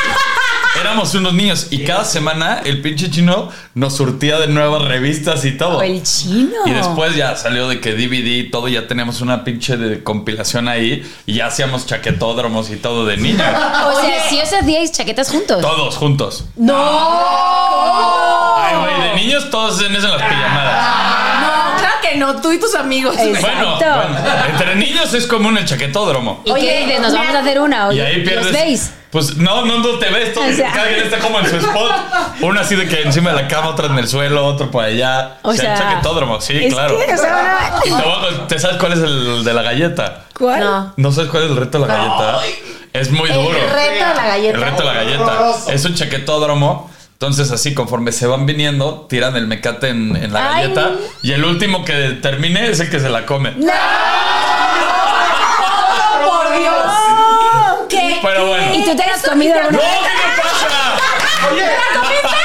[SPEAKER 1] Éramos unos niños. Y cada semana el pinche chino nos surtía de nuevas revistas y todo.
[SPEAKER 3] O el chino.
[SPEAKER 1] Y después ya salió de que DVD y todo, ya teníamos una pinche de compilación ahí y ya hacíamos chaquetódromos y todo de niños.
[SPEAKER 3] O sea, si os hacíais chaquetas juntos.
[SPEAKER 1] todos juntos.
[SPEAKER 2] No.
[SPEAKER 1] Ay, güey, de niños todos hacen eso en las pijamadas.
[SPEAKER 2] No, claro que no, tú y tus amigos.
[SPEAKER 1] Bueno,
[SPEAKER 3] Exacto.
[SPEAKER 1] bueno, entre niños es común el chaquetódromo.
[SPEAKER 3] ¿Y
[SPEAKER 2] Oye,
[SPEAKER 3] qué dices? Nos
[SPEAKER 2] me
[SPEAKER 3] vamos a
[SPEAKER 2] ha-
[SPEAKER 3] hacer una.
[SPEAKER 1] Y
[SPEAKER 3] Oye,
[SPEAKER 1] ahí pierdes.
[SPEAKER 3] ¿Los veis?
[SPEAKER 1] Pues no, no, no te ves. Todo,
[SPEAKER 3] O sea.
[SPEAKER 1] cada quien está como en su spot. Uno así de que encima de la cama, otro en el suelo, otro por allá.
[SPEAKER 3] O
[SPEAKER 1] O sea,
[SPEAKER 3] sea,
[SPEAKER 1] el chaquetódromo, sí,
[SPEAKER 3] es
[SPEAKER 1] claro.
[SPEAKER 3] que, o sea,
[SPEAKER 1] Y te voy a cont- ¿Te sabes cuál es el de la galleta?
[SPEAKER 3] ¿Cuál?
[SPEAKER 2] No.
[SPEAKER 1] ¿No sabes cuál es el reto de la galleta? Es muy
[SPEAKER 2] El
[SPEAKER 1] duro.
[SPEAKER 2] reto de la galleta.
[SPEAKER 1] El reto de la galleta.
[SPEAKER 6] Horroroso.
[SPEAKER 1] Es un chaquetódromo. Entonces, así conforme se van viniendo, tiran el mecate en, en la
[SPEAKER 3] Ay.
[SPEAKER 1] galleta. Y el último que termine es el que se la come.
[SPEAKER 2] ¡Oh, por Dios! ¿Qué?
[SPEAKER 1] Pero bueno.
[SPEAKER 3] ¿Y tú te has comido
[SPEAKER 1] ¡No!
[SPEAKER 3] alguna?
[SPEAKER 1] ¿Qué te pasa?
[SPEAKER 6] Oye,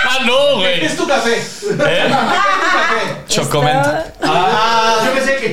[SPEAKER 1] Ah, no, güey.
[SPEAKER 6] es tu [laughs] café.
[SPEAKER 1] ¿Eh?
[SPEAKER 6] Es tu café.
[SPEAKER 1] Chocomenta.
[SPEAKER 6] Ah, yo pensé que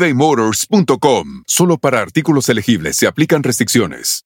[SPEAKER 7] ebaymotors.com. Solo para artículos elegibles se aplican restricciones.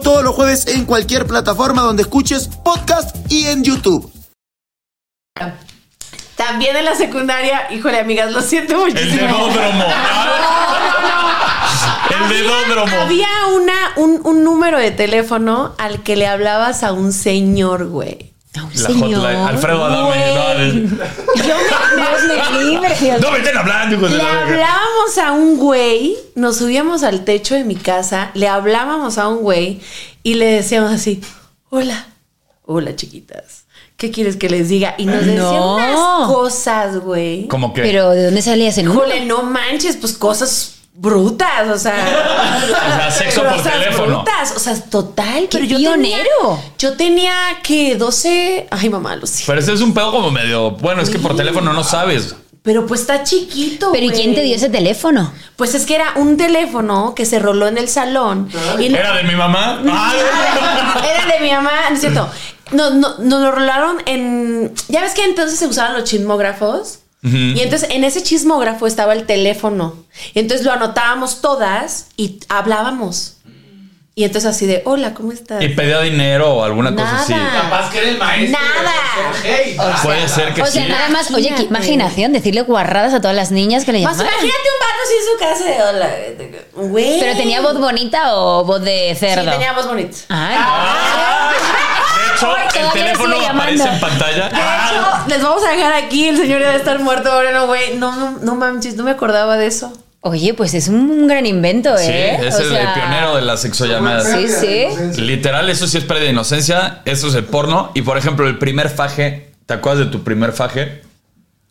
[SPEAKER 4] todos los jueves en cualquier plataforma donde escuches podcast y en YouTube.
[SPEAKER 2] También en la secundaria, híjole, amigas, lo siento
[SPEAKER 1] El
[SPEAKER 2] muchísimo.
[SPEAKER 1] dedódromo. El dedódromo.
[SPEAKER 2] Había una, un, un número de teléfono al que le hablabas a un señor, güey.
[SPEAKER 3] No, un
[SPEAKER 1] La hotline. Alfredo Adame. no, es-
[SPEAKER 3] Yo me, Dios me libre, Dios.
[SPEAKER 1] No me estén hablando, hijos de
[SPEAKER 2] Le
[SPEAKER 1] la verga.
[SPEAKER 2] hablábamos a un güey, nos subíamos al techo de mi casa, le hablábamos a un güey y le decíamos así, hola, hola chiquitas, ¿qué quieres que les diga? Y nos decían
[SPEAKER 3] No.
[SPEAKER 2] unas cosas, güey.
[SPEAKER 1] Como que.
[SPEAKER 3] Pero ¿de dónde salías en
[SPEAKER 2] Híjole, no manches, pues cosas brutas, o sea.
[SPEAKER 1] [laughs] O sea, sexo por
[SPEAKER 2] cosas
[SPEAKER 1] teléfono.
[SPEAKER 2] brutas, o sea, total.
[SPEAKER 3] Qué
[SPEAKER 2] pero yo
[SPEAKER 3] pionero.
[SPEAKER 2] Tenía, yo tenía que 12. Ay, mamá, lo siento.
[SPEAKER 1] Pero ese es un pedo como medio. Bueno, es que por teléfono no sabes.
[SPEAKER 2] Pero pues está chiquito.
[SPEAKER 3] Pero ¿y
[SPEAKER 2] güey.
[SPEAKER 3] quién te dio ese teléfono?
[SPEAKER 2] Pues es que era un teléfono que se roló en el salón. Y no- [laughs]
[SPEAKER 1] Era de mi mamá. Ah,
[SPEAKER 2] Era de mi mamá, no es cierto. no, no, nos lo rolaron en. Ya ves que entonces se usaban los chismógrafos. Y entonces en ese chismógrafo estaba el teléfono. Y entonces lo anotábamos todas y hablábamos. Y entonces así de, hola, ¿cómo estás?
[SPEAKER 1] Y pedía dinero o alguna cosa así.
[SPEAKER 2] Nada.
[SPEAKER 6] Ah, Capaz que era el maestro.
[SPEAKER 2] Nada.
[SPEAKER 6] Hey,
[SPEAKER 1] Puede ser que
[SPEAKER 3] O sea,
[SPEAKER 1] sí.
[SPEAKER 3] nada más, oye, qué
[SPEAKER 2] Imagínate.
[SPEAKER 3] imaginación, decirle guarradas a todas las niñas que le
[SPEAKER 2] Más,
[SPEAKER 3] llamaban.
[SPEAKER 2] imagínate un vato así en su casa de hola. Güey.
[SPEAKER 3] Pero tenía voz bonita o Eh. voz de cerdo.
[SPEAKER 2] Sí, tenía voz bonita.
[SPEAKER 3] Ay,
[SPEAKER 1] Ah, de hecho, el
[SPEAKER 3] Ay, todavía le sigue
[SPEAKER 1] teléfono aparece
[SPEAKER 3] llamando.
[SPEAKER 1] en pantalla.
[SPEAKER 2] De hecho, les vamos a dejar aquí. El señor debe estar muerto ahora, no, güey. No, no, no manches, no me acordaba de eso.
[SPEAKER 3] Oye, pues es un gran invento,
[SPEAKER 1] Sí,
[SPEAKER 3] ¿eh?
[SPEAKER 1] es
[SPEAKER 3] O
[SPEAKER 1] el
[SPEAKER 3] sea,
[SPEAKER 1] pionero de las sexollamadas.
[SPEAKER 3] Sí, sí.
[SPEAKER 1] Literal, eso sí es pérdida de inocencia, eso es el porno. Y por ejemplo, el primer faje, ¿te acuerdas de tu primer faje?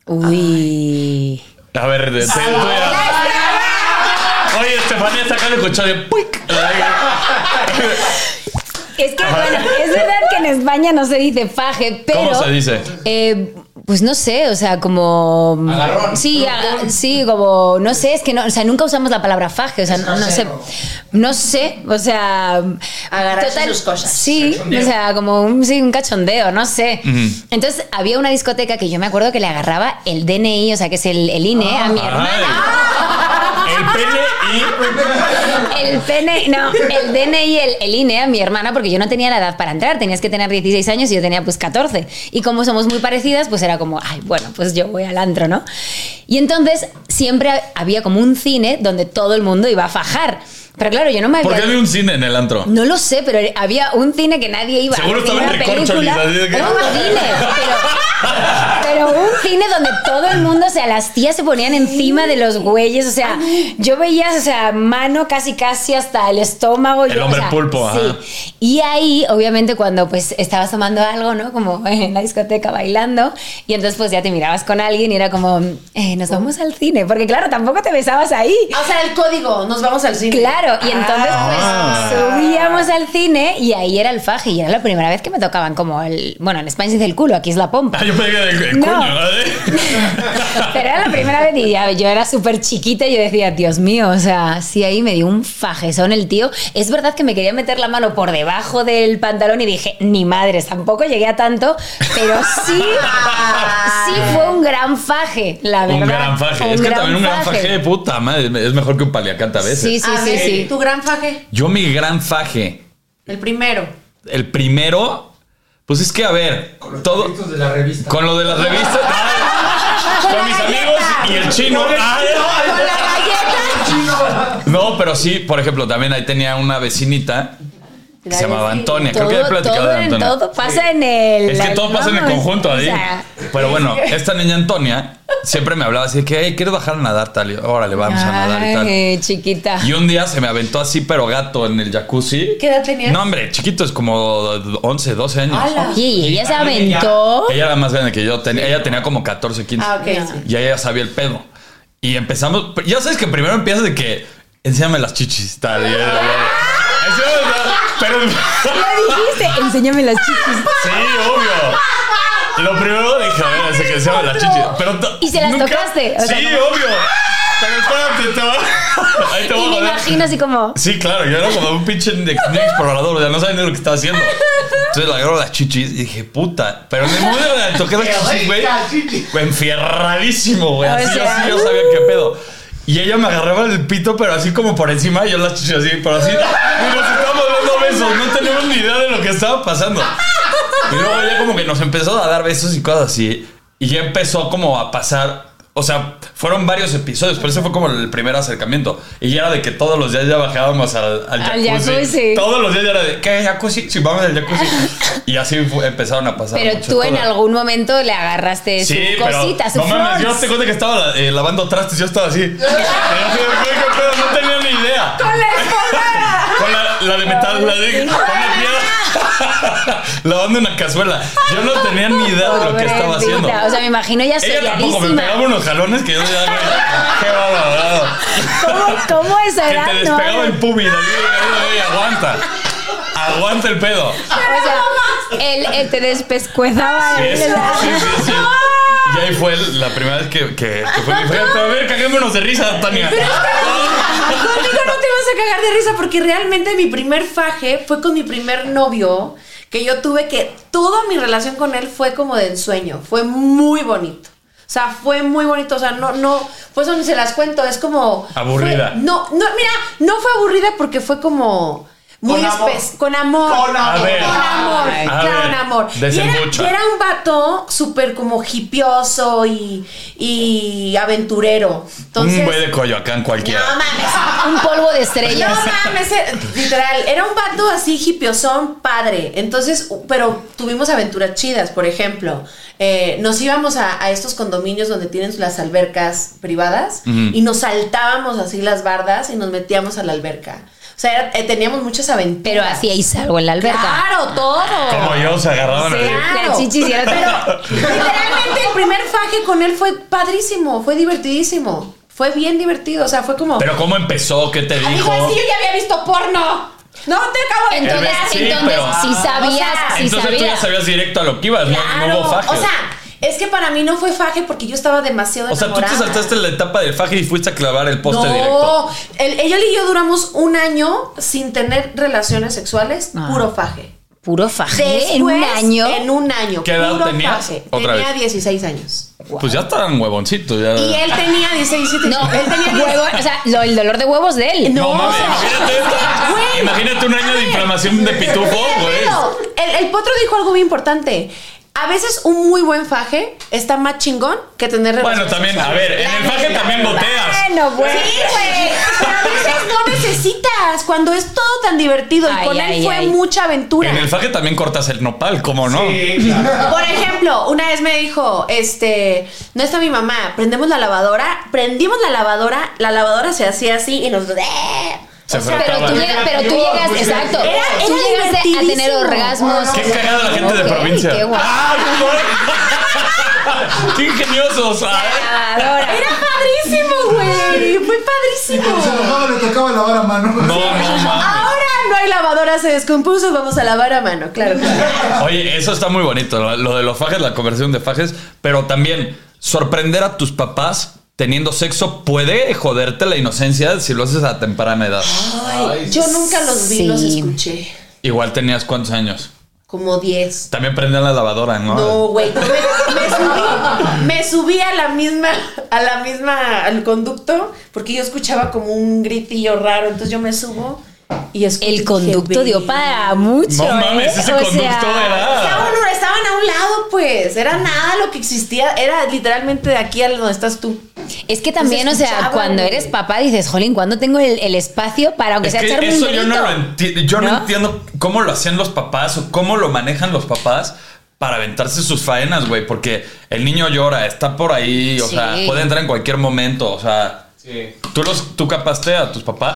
[SPEAKER 3] Uy.
[SPEAKER 1] A ver, de tú
[SPEAKER 3] Ah,
[SPEAKER 1] Oye, Estefanía está acá el escuchó de puic.
[SPEAKER 3] Es que, bueno, es verdad que en España no se dice faje, pero.
[SPEAKER 1] ¿Cómo se dice?
[SPEAKER 3] Eh, pues no sé, o sea, como.
[SPEAKER 6] Agarrón.
[SPEAKER 3] Sí, aga- sí, como. No sé, es que no. O sea, nunca usamos la palabra faje, o sea, no, no sé. No sé, o sea.
[SPEAKER 2] Agarrarse sus cosas.
[SPEAKER 3] Sí, o sea, como un, sí, un cachondeo, no sé. Entonces, había una discoteca que yo me acuerdo que le agarraba el DNI, o sea, que es el, el INE, a
[SPEAKER 6] Ah.
[SPEAKER 3] mi hermana.
[SPEAKER 1] Ay. El pene
[SPEAKER 3] [laughs]
[SPEAKER 1] y.
[SPEAKER 3] El pene, no, el DNI, el, el INE a mi hermana, porque yo no tenía la edad para entrar, tenías que tener 16 años y yo tenía pues 14. Y como somos muy parecidas, pues era como, ay, bueno, pues yo voy al antro, ¿no? Y entonces siempre ha- había como un cine donde todo el mundo iba a fajar. Pero claro, yo no me había...
[SPEAKER 1] ¿Por qué había un cine en el antro?
[SPEAKER 3] No lo sé, pero había un cine que nadie iba.
[SPEAKER 1] Seguro
[SPEAKER 3] Había
[SPEAKER 1] estaba en
[SPEAKER 3] una
[SPEAKER 1] Recorcholis, así de que-
[SPEAKER 3] Un cine, pero, pero un cine donde todo el mundo, o sea, las tías se ponían encima de los güeyes, o sea, yo veía, o sea, mano casi casi hasta el estómago.
[SPEAKER 1] El
[SPEAKER 3] yo, o
[SPEAKER 1] hombre
[SPEAKER 3] sea,
[SPEAKER 1] pulpo, ajá.
[SPEAKER 3] Sí. Y ahí, obviamente, cuando pues estabas tomando algo, ¿no? Como en la discoteca bailando, y entonces pues ya te mirabas con alguien y era como, eh, nos vamos al cine, porque claro, tampoco te besabas ahí.
[SPEAKER 2] O sea, el código, nos vamos al cine.
[SPEAKER 3] Claro, y entonces
[SPEAKER 1] Ah.
[SPEAKER 3] pues subíamos al cine y ahí era el faje y era la primera vez que me tocaban como el, bueno, en España se dice el culo, aquí es la pompa.
[SPEAKER 1] [laughs] Ah, yo pensé que era el, el
[SPEAKER 3] No.
[SPEAKER 1] coño, ¿vale?
[SPEAKER 3] Pero era la primera vez y ya, yo era súper chiquita y yo decía, Dios mío, o sea, sí ahí me dio un fajezón el tío. Es verdad que me quería meter la mano por debajo del pantalón y dije, ni madres, tampoco llegué a tanto, pero sí, sí fue un gran faje, [laughs] la verdad.
[SPEAKER 1] Un gran faje. es que también un gran faje de puta madre. Es mejor que un paliacate a veces.
[SPEAKER 3] Sí, sí,
[SPEAKER 2] A
[SPEAKER 3] sí,
[SPEAKER 2] ver,
[SPEAKER 3] sí.
[SPEAKER 2] Tu gran faje,
[SPEAKER 1] Yo, mi gran faje,
[SPEAKER 2] el primero.
[SPEAKER 1] el primero, pues es que, a ver, todo.
[SPEAKER 6] de la revista.
[SPEAKER 1] Con lo de las [laughs] revistas. ah, con mis amigos y el chino. ah, No, pero sí, por ejemplo, también ahí tenía una vecinita que se llamaba Antonia. Creo que ya he platicado
[SPEAKER 3] todo,
[SPEAKER 1] de
[SPEAKER 3] en-
[SPEAKER 1] Antonia.
[SPEAKER 3] todo pasa en el.
[SPEAKER 1] Es que todo pasa en el
[SPEAKER 3] vamos,
[SPEAKER 1] conjunto ahí.
[SPEAKER 3] o sea,
[SPEAKER 1] Pero bueno, esta niña Antonia siempre me hablaba así de que, hey, quiero bajar a nadar, tal. Y yo, órale, vamos a nadar y tal.
[SPEAKER 3] ay, chiquita.
[SPEAKER 1] Y un día se me aventó así, pero gato en el jacuzzi.
[SPEAKER 2] ¿Qué edad tenías?
[SPEAKER 1] No, hombre, chiquito, es como 11, 12 años.
[SPEAKER 2] Ala.
[SPEAKER 3] Oye, y ella se aventó.
[SPEAKER 1] Ella era más grande que yo, tenía- ella tenía como 14, 15.
[SPEAKER 2] Oh. Ah, ok. sí.
[SPEAKER 1] Y ella ya sabía el pedo. Y empezamos, ya sabes que primero empiezas de que, enséñame las chichis, tal. y- Enséñame las- pero...
[SPEAKER 3] Lo dijiste, enséñame las
[SPEAKER 1] [laughs]
[SPEAKER 3] chichis.
[SPEAKER 1] Sí, obvio. Lo primero dije, a ver, se que se llama la chichi. Pero to-
[SPEAKER 3] ¿Y se las
[SPEAKER 1] nunca-
[SPEAKER 3] tocaste? O
[SPEAKER 1] Sí,
[SPEAKER 3] sea,
[SPEAKER 1] obvio. Pero espérate, te va. Ahí te voy
[SPEAKER 3] Y
[SPEAKER 1] a
[SPEAKER 3] me
[SPEAKER 1] joder.
[SPEAKER 3] imagino así como.
[SPEAKER 1] Sí, claro, yo era como un pinche de- de explorador, o sea, no sabía ni lo que estaba haciendo. Entonces le agarro las chichis y dije, puta, pero en el mundo le toqué las chichis, güey. Güey, Enfierradísimo, güey.
[SPEAKER 3] O
[SPEAKER 1] Así,
[SPEAKER 3] sea,
[SPEAKER 1] así, yo sabía qué pedo. Y ella me agarraba el pito, pero así como por encima, y yo las chichis así, pero así. Y nos estábamos dando besos, no tenemos ni idea de lo que estaba pasando. Y luego ella como que nos empezó a dar besos y cosas así. Y ya empezó como a pasar. O sea, fueron varios episodios, pero ese fue como el primer acercamiento. Y ya era de que todos los días ya bajábamos al, al
[SPEAKER 3] Al
[SPEAKER 1] jacuzzi.
[SPEAKER 3] jacuzzi.
[SPEAKER 1] Todos los días ya era de, ¿qué jacuzzi? Sí, vamos al jacuzzi. Y así fu- empezaron a pasar.
[SPEAKER 3] Pero
[SPEAKER 1] muchas
[SPEAKER 3] tú en
[SPEAKER 1] cosas.
[SPEAKER 3] algún momento le agarraste
[SPEAKER 1] Sí,
[SPEAKER 3] su
[SPEAKER 1] pero
[SPEAKER 3] cosita, su
[SPEAKER 1] no mames, yo
[SPEAKER 3] fronts.
[SPEAKER 1] te cuento que estaba eh, lavando trastes, yo estaba
[SPEAKER 3] [laughs]
[SPEAKER 1] así. Pero no tenía ni idea. Con la Con la, la de metal, la de. Con la piedra. [laughs] Lavando una cazuela. Yo no tenía ni idea de lo que estaba haciendo.
[SPEAKER 3] Pobrecita, O sea, me imagino ella
[SPEAKER 1] Ella tampoco me
[SPEAKER 3] selladísima.
[SPEAKER 1] pegaba unos jalones que yo decía, güey, qué bárbaro.
[SPEAKER 3] ¿Cómo, ¿Cómo esa
[SPEAKER 1] Que
[SPEAKER 3] edad
[SPEAKER 1] te
[SPEAKER 3] no?
[SPEAKER 1] despegaba el pubis. así, güey, güey, Aguanta. Aguanta el pedo.
[SPEAKER 3] O sea, él, él te despescuezaba.
[SPEAKER 1] Sí,
[SPEAKER 3] el-
[SPEAKER 1] sí, sí,
[SPEAKER 2] [laughs]
[SPEAKER 1] sí. Y ahí fue el- la primera vez que, que, que fue mi A ver, caguémonos de risa, Tania.
[SPEAKER 2] Conmigo no te vas a cagar de risa porque realmente mi primer faje fue con mi primer novio, que yo tuve que toda mi relación con él fue como de ensueño, fue muy bonito. O sea, fue muy bonito, o sea, no, no, por eso ni se las cuento, es como...
[SPEAKER 1] Aburrida.
[SPEAKER 2] fue- no, no, mira, no fue aburrida porque fue como... Muy
[SPEAKER 6] Con amor.
[SPEAKER 2] espe- con amor.
[SPEAKER 6] Con amor.
[SPEAKER 1] A ver.
[SPEAKER 2] Con amor.
[SPEAKER 1] A
[SPEAKER 2] claro,
[SPEAKER 1] ver.
[SPEAKER 2] con amor. Y era,
[SPEAKER 1] Desembucha.
[SPEAKER 2] y era un vato súper como hipioso y, y aventurero. Entonces,
[SPEAKER 1] un güey de Coyoacán cualquiera.
[SPEAKER 2] no mames.
[SPEAKER 3] Un polvo de
[SPEAKER 2] No
[SPEAKER 3] estrellas.
[SPEAKER 2] mames, eh, literal, era un vato así hipiosón padre. Entonces, u- pero tuvimos aventuras chidas, por ejemplo. eh, nos íbamos a, a estos condominios donde tienen las albercas privadas y nos saltábamos así las bardas y nos metíamos a la alberca. O sea, era- eh, teníamos muchas aventuras.
[SPEAKER 3] Pero hacíais algo en la alberca.
[SPEAKER 2] Claro, todo.
[SPEAKER 1] Como yo se agarraban
[SPEAKER 3] Sí.
[SPEAKER 1] así.
[SPEAKER 3] Las chichis y el otro.
[SPEAKER 2] Pero literalmente el primer faje con él fue padrísimo, fue divertidísimo. Fue bien divertido, o sea, fue como...
[SPEAKER 1] Pero ¿cómo empezó? ¿Qué te
[SPEAKER 2] Amigo,
[SPEAKER 1] dijo?
[SPEAKER 2] es que yo ya había visto porno. No, te acabo de
[SPEAKER 3] Entonces,
[SPEAKER 2] enterar.
[SPEAKER 1] Sí,
[SPEAKER 3] entonces
[SPEAKER 1] pero- Ah.
[SPEAKER 3] sí sabías,
[SPEAKER 2] O sea,
[SPEAKER 3] sí
[SPEAKER 1] Entonces tú ya
[SPEAKER 3] sabías.
[SPEAKER 1] sabías directo a lo que ibas, no- no,
[SPEAKER 2] Claro.
[SPEAKER 1] hubo faje.
[SPEAKER 2] o sea, es que para mí no fue faje porque yo estaba demasiado
[SPEAKER 1] O sea, tú te
[SPEAKER 2] enamorada.
[SPEAKER 1] saltaste la etapa del faje y fuiste a clavar el poste
[SPEAKER 2] no,
[SPEAKER 1] directo.
[SPEAKER 2] el- él y yo duramos un año sin tener relaciones sexuales,
[SPEAKER 3] Ah.
[SPEAKER 2] puro faje.
[SPEAKER 3] Puro faje en un
[SPEAKER 2] Después,
[SPEAKER 3] año.
[SPEAKER 2] En un año.
[SPEAKER 1] ¿Qué edad
[SPEAKER 2] puro
[SPEAKER 1] tenías?
[SPEAKER 2] faje.
[SPEAKER 1] Otra
[SPEAKER 2] tenía
[SPEAKER 1] vez.
[SPEAKER 2] 16 años.
[SPEAKER 1] Pues ya estaban huevoncitos. Ya.
[SPEAKER 2] Y él tenía 16, 17.
[SPEAKER 3] No,
[SPEAKER 2] él tenía
[SPEAKER 3] huevo, o sea, lo- el dolor de huevos de él.
[SPEAKER 1] No, mames, imagínate,
[SPEAKER 2] Güey,
[SPEAKER 1] imagínate un año
[SPEAKER 2] a
[SPEAKER 1] de
[SPEAKER 2] ver.
[SPEAKER 1] inflamación de [laughs] pitufo, pues. güey.
[SPEAKER 2] Pero el, el potro dijo algo bien importante. A veces un muy buen faje está más chingón que tener
[SPEAKER 1] Bueno,
[SPEAKER 2] relaciones
[SPEAKER 1] también, a
[SPEAKER 2] sexuales.
[SPEAKER 1] ver, en el faje también boteas.
[SPEAKER 3] Bueno, bueno.
[SPEAKER 2] Sí, güey. Pero a veces no necesitas cuando es todo tan divertido y
[SPEAKER 3] Ay,
[SPEAKER 2] con él
[SPEAKER 3] ay,
[SPEAKER 2] fue
[SPEAKER 3] ay.
[SPEAKER 2] mucha aventura.
[SPEAKER 1] En el faje también cortas el nopal, ¿cómo eh. no?
[SPEAKER 6] Sí, claro.
[SPEAKER 2] Por ejemplo, una vez me dijo, este, no está mi mamá, prendemos la lavadora, prendimos la lavadora, la lavadora se hacía así y nos... ¡Eh!
[SPEAKER 1] Se
[SPEAKER 2] O sea,
[SPEAKER 1] frotaba.
[SPEAKER 3] Pero tú, llegas, pero tú llegas,
[SPEAKER 1] pues,
[SPEAKER 3] exacto.
[SPEAKER 2] Era-
[SPEAKER 3] tú
[SPEAKER 2] era
[SPEAKER 3] llegas a- a tener
[SPEAKER 2] divertidísimo.
[SPEAKER 3] orgasmos.
[SPEAKER 1] Qué cagada la gente de
[SPEAKER 3] Ok,
[SPEAKER 1] provincia.
[SPEAKER 3] Qué guay.
[SPEAKER 1] ¡Ah, qué guay! [laughs] ¡Qué ingeniosos! ah!
[SPEAKER 3] Ahora,
[SPEAKER 2] Era padrísimo, güey. Fue padrísimo.
[SPEAKER 8] Se enojaba, le tocaba lavar a mano.
[SPEAKER 1] No, no mames.
[SPEAKER 2] Ahora no hay lavadora, se descompuso, vamos a lavar a mano, claro.
[SPEAKER 1] Oye, eso está muy bonito, lo- lo de los fajes, la conversión de fajes, pero también sorprender a tus papás teniendo sexo puede joderte la inocencia si lo haces a temprana edad.
[SPEAKER 2] Ay, yo nunca los vi,
[SPEAKER 3] Sí.
[SPEAKER 2] los escuché.
[SPEAKER 1] Igual tenías cuántos años.
[SPEAKER 2] Como 10.
[SPEAKER 1] También prendían la lavadora, ¿no?
[SPEAKER 2] No, güey. Me, me subí, me subí a la misma, a la misma, al conducto, porque yo escuchaba como un gritillo raro, entonces yo me subo y escuché.
[SPEAKER 3] el conducto dio para mucho.
[SPEAKER 1] No mames,
[SPEAKER 3] ¿eh?
[SPEAKER 1] ese
[SPEAKER 3] O sea,
[SPEAKER 1] conducto
[SPEAKER 2] Estaban,
[SPEAKER 1] era.
[SPEAKER 2] estaban a un lado, pues. Era nada lo que existía. Era literalmente de aquí a donde estás tú.
[SPEAKER 3] Es que también, o sea,
[SPEAKER 2] escuchaba,
[SPEAKER 3] cuando
[SPEAKER 2] güey.
[SPEAKER 3] eres papá, dices, jolín, ¿cuándo tengo el, el espacio para aunque
[SPEAKER 1] Es
[SPEAKER 3] sea
[SPEAKER 1] que
[SPEAKER 3] echarme
[SPEAKER 1] eso
[SPEAKER 3] un
[SPEAKER 1] yo no
[SPEAKER 3] grito?
[SPEAKER 1] lo entiendo. Yo no,
[SPEAKER 3] ¿No?
[SPEAKER 1] entiendo cómo lo hacían los papás o cómo lo manejan los papás para aventarse sus faenas, güey. Porque el niño llora, está por ahí, o
[SPEAKER 3] Sí.
[SPEAKER 1] sea, puede entrar en cualquier momento. O sea, tú los, tú capaste a tus papás.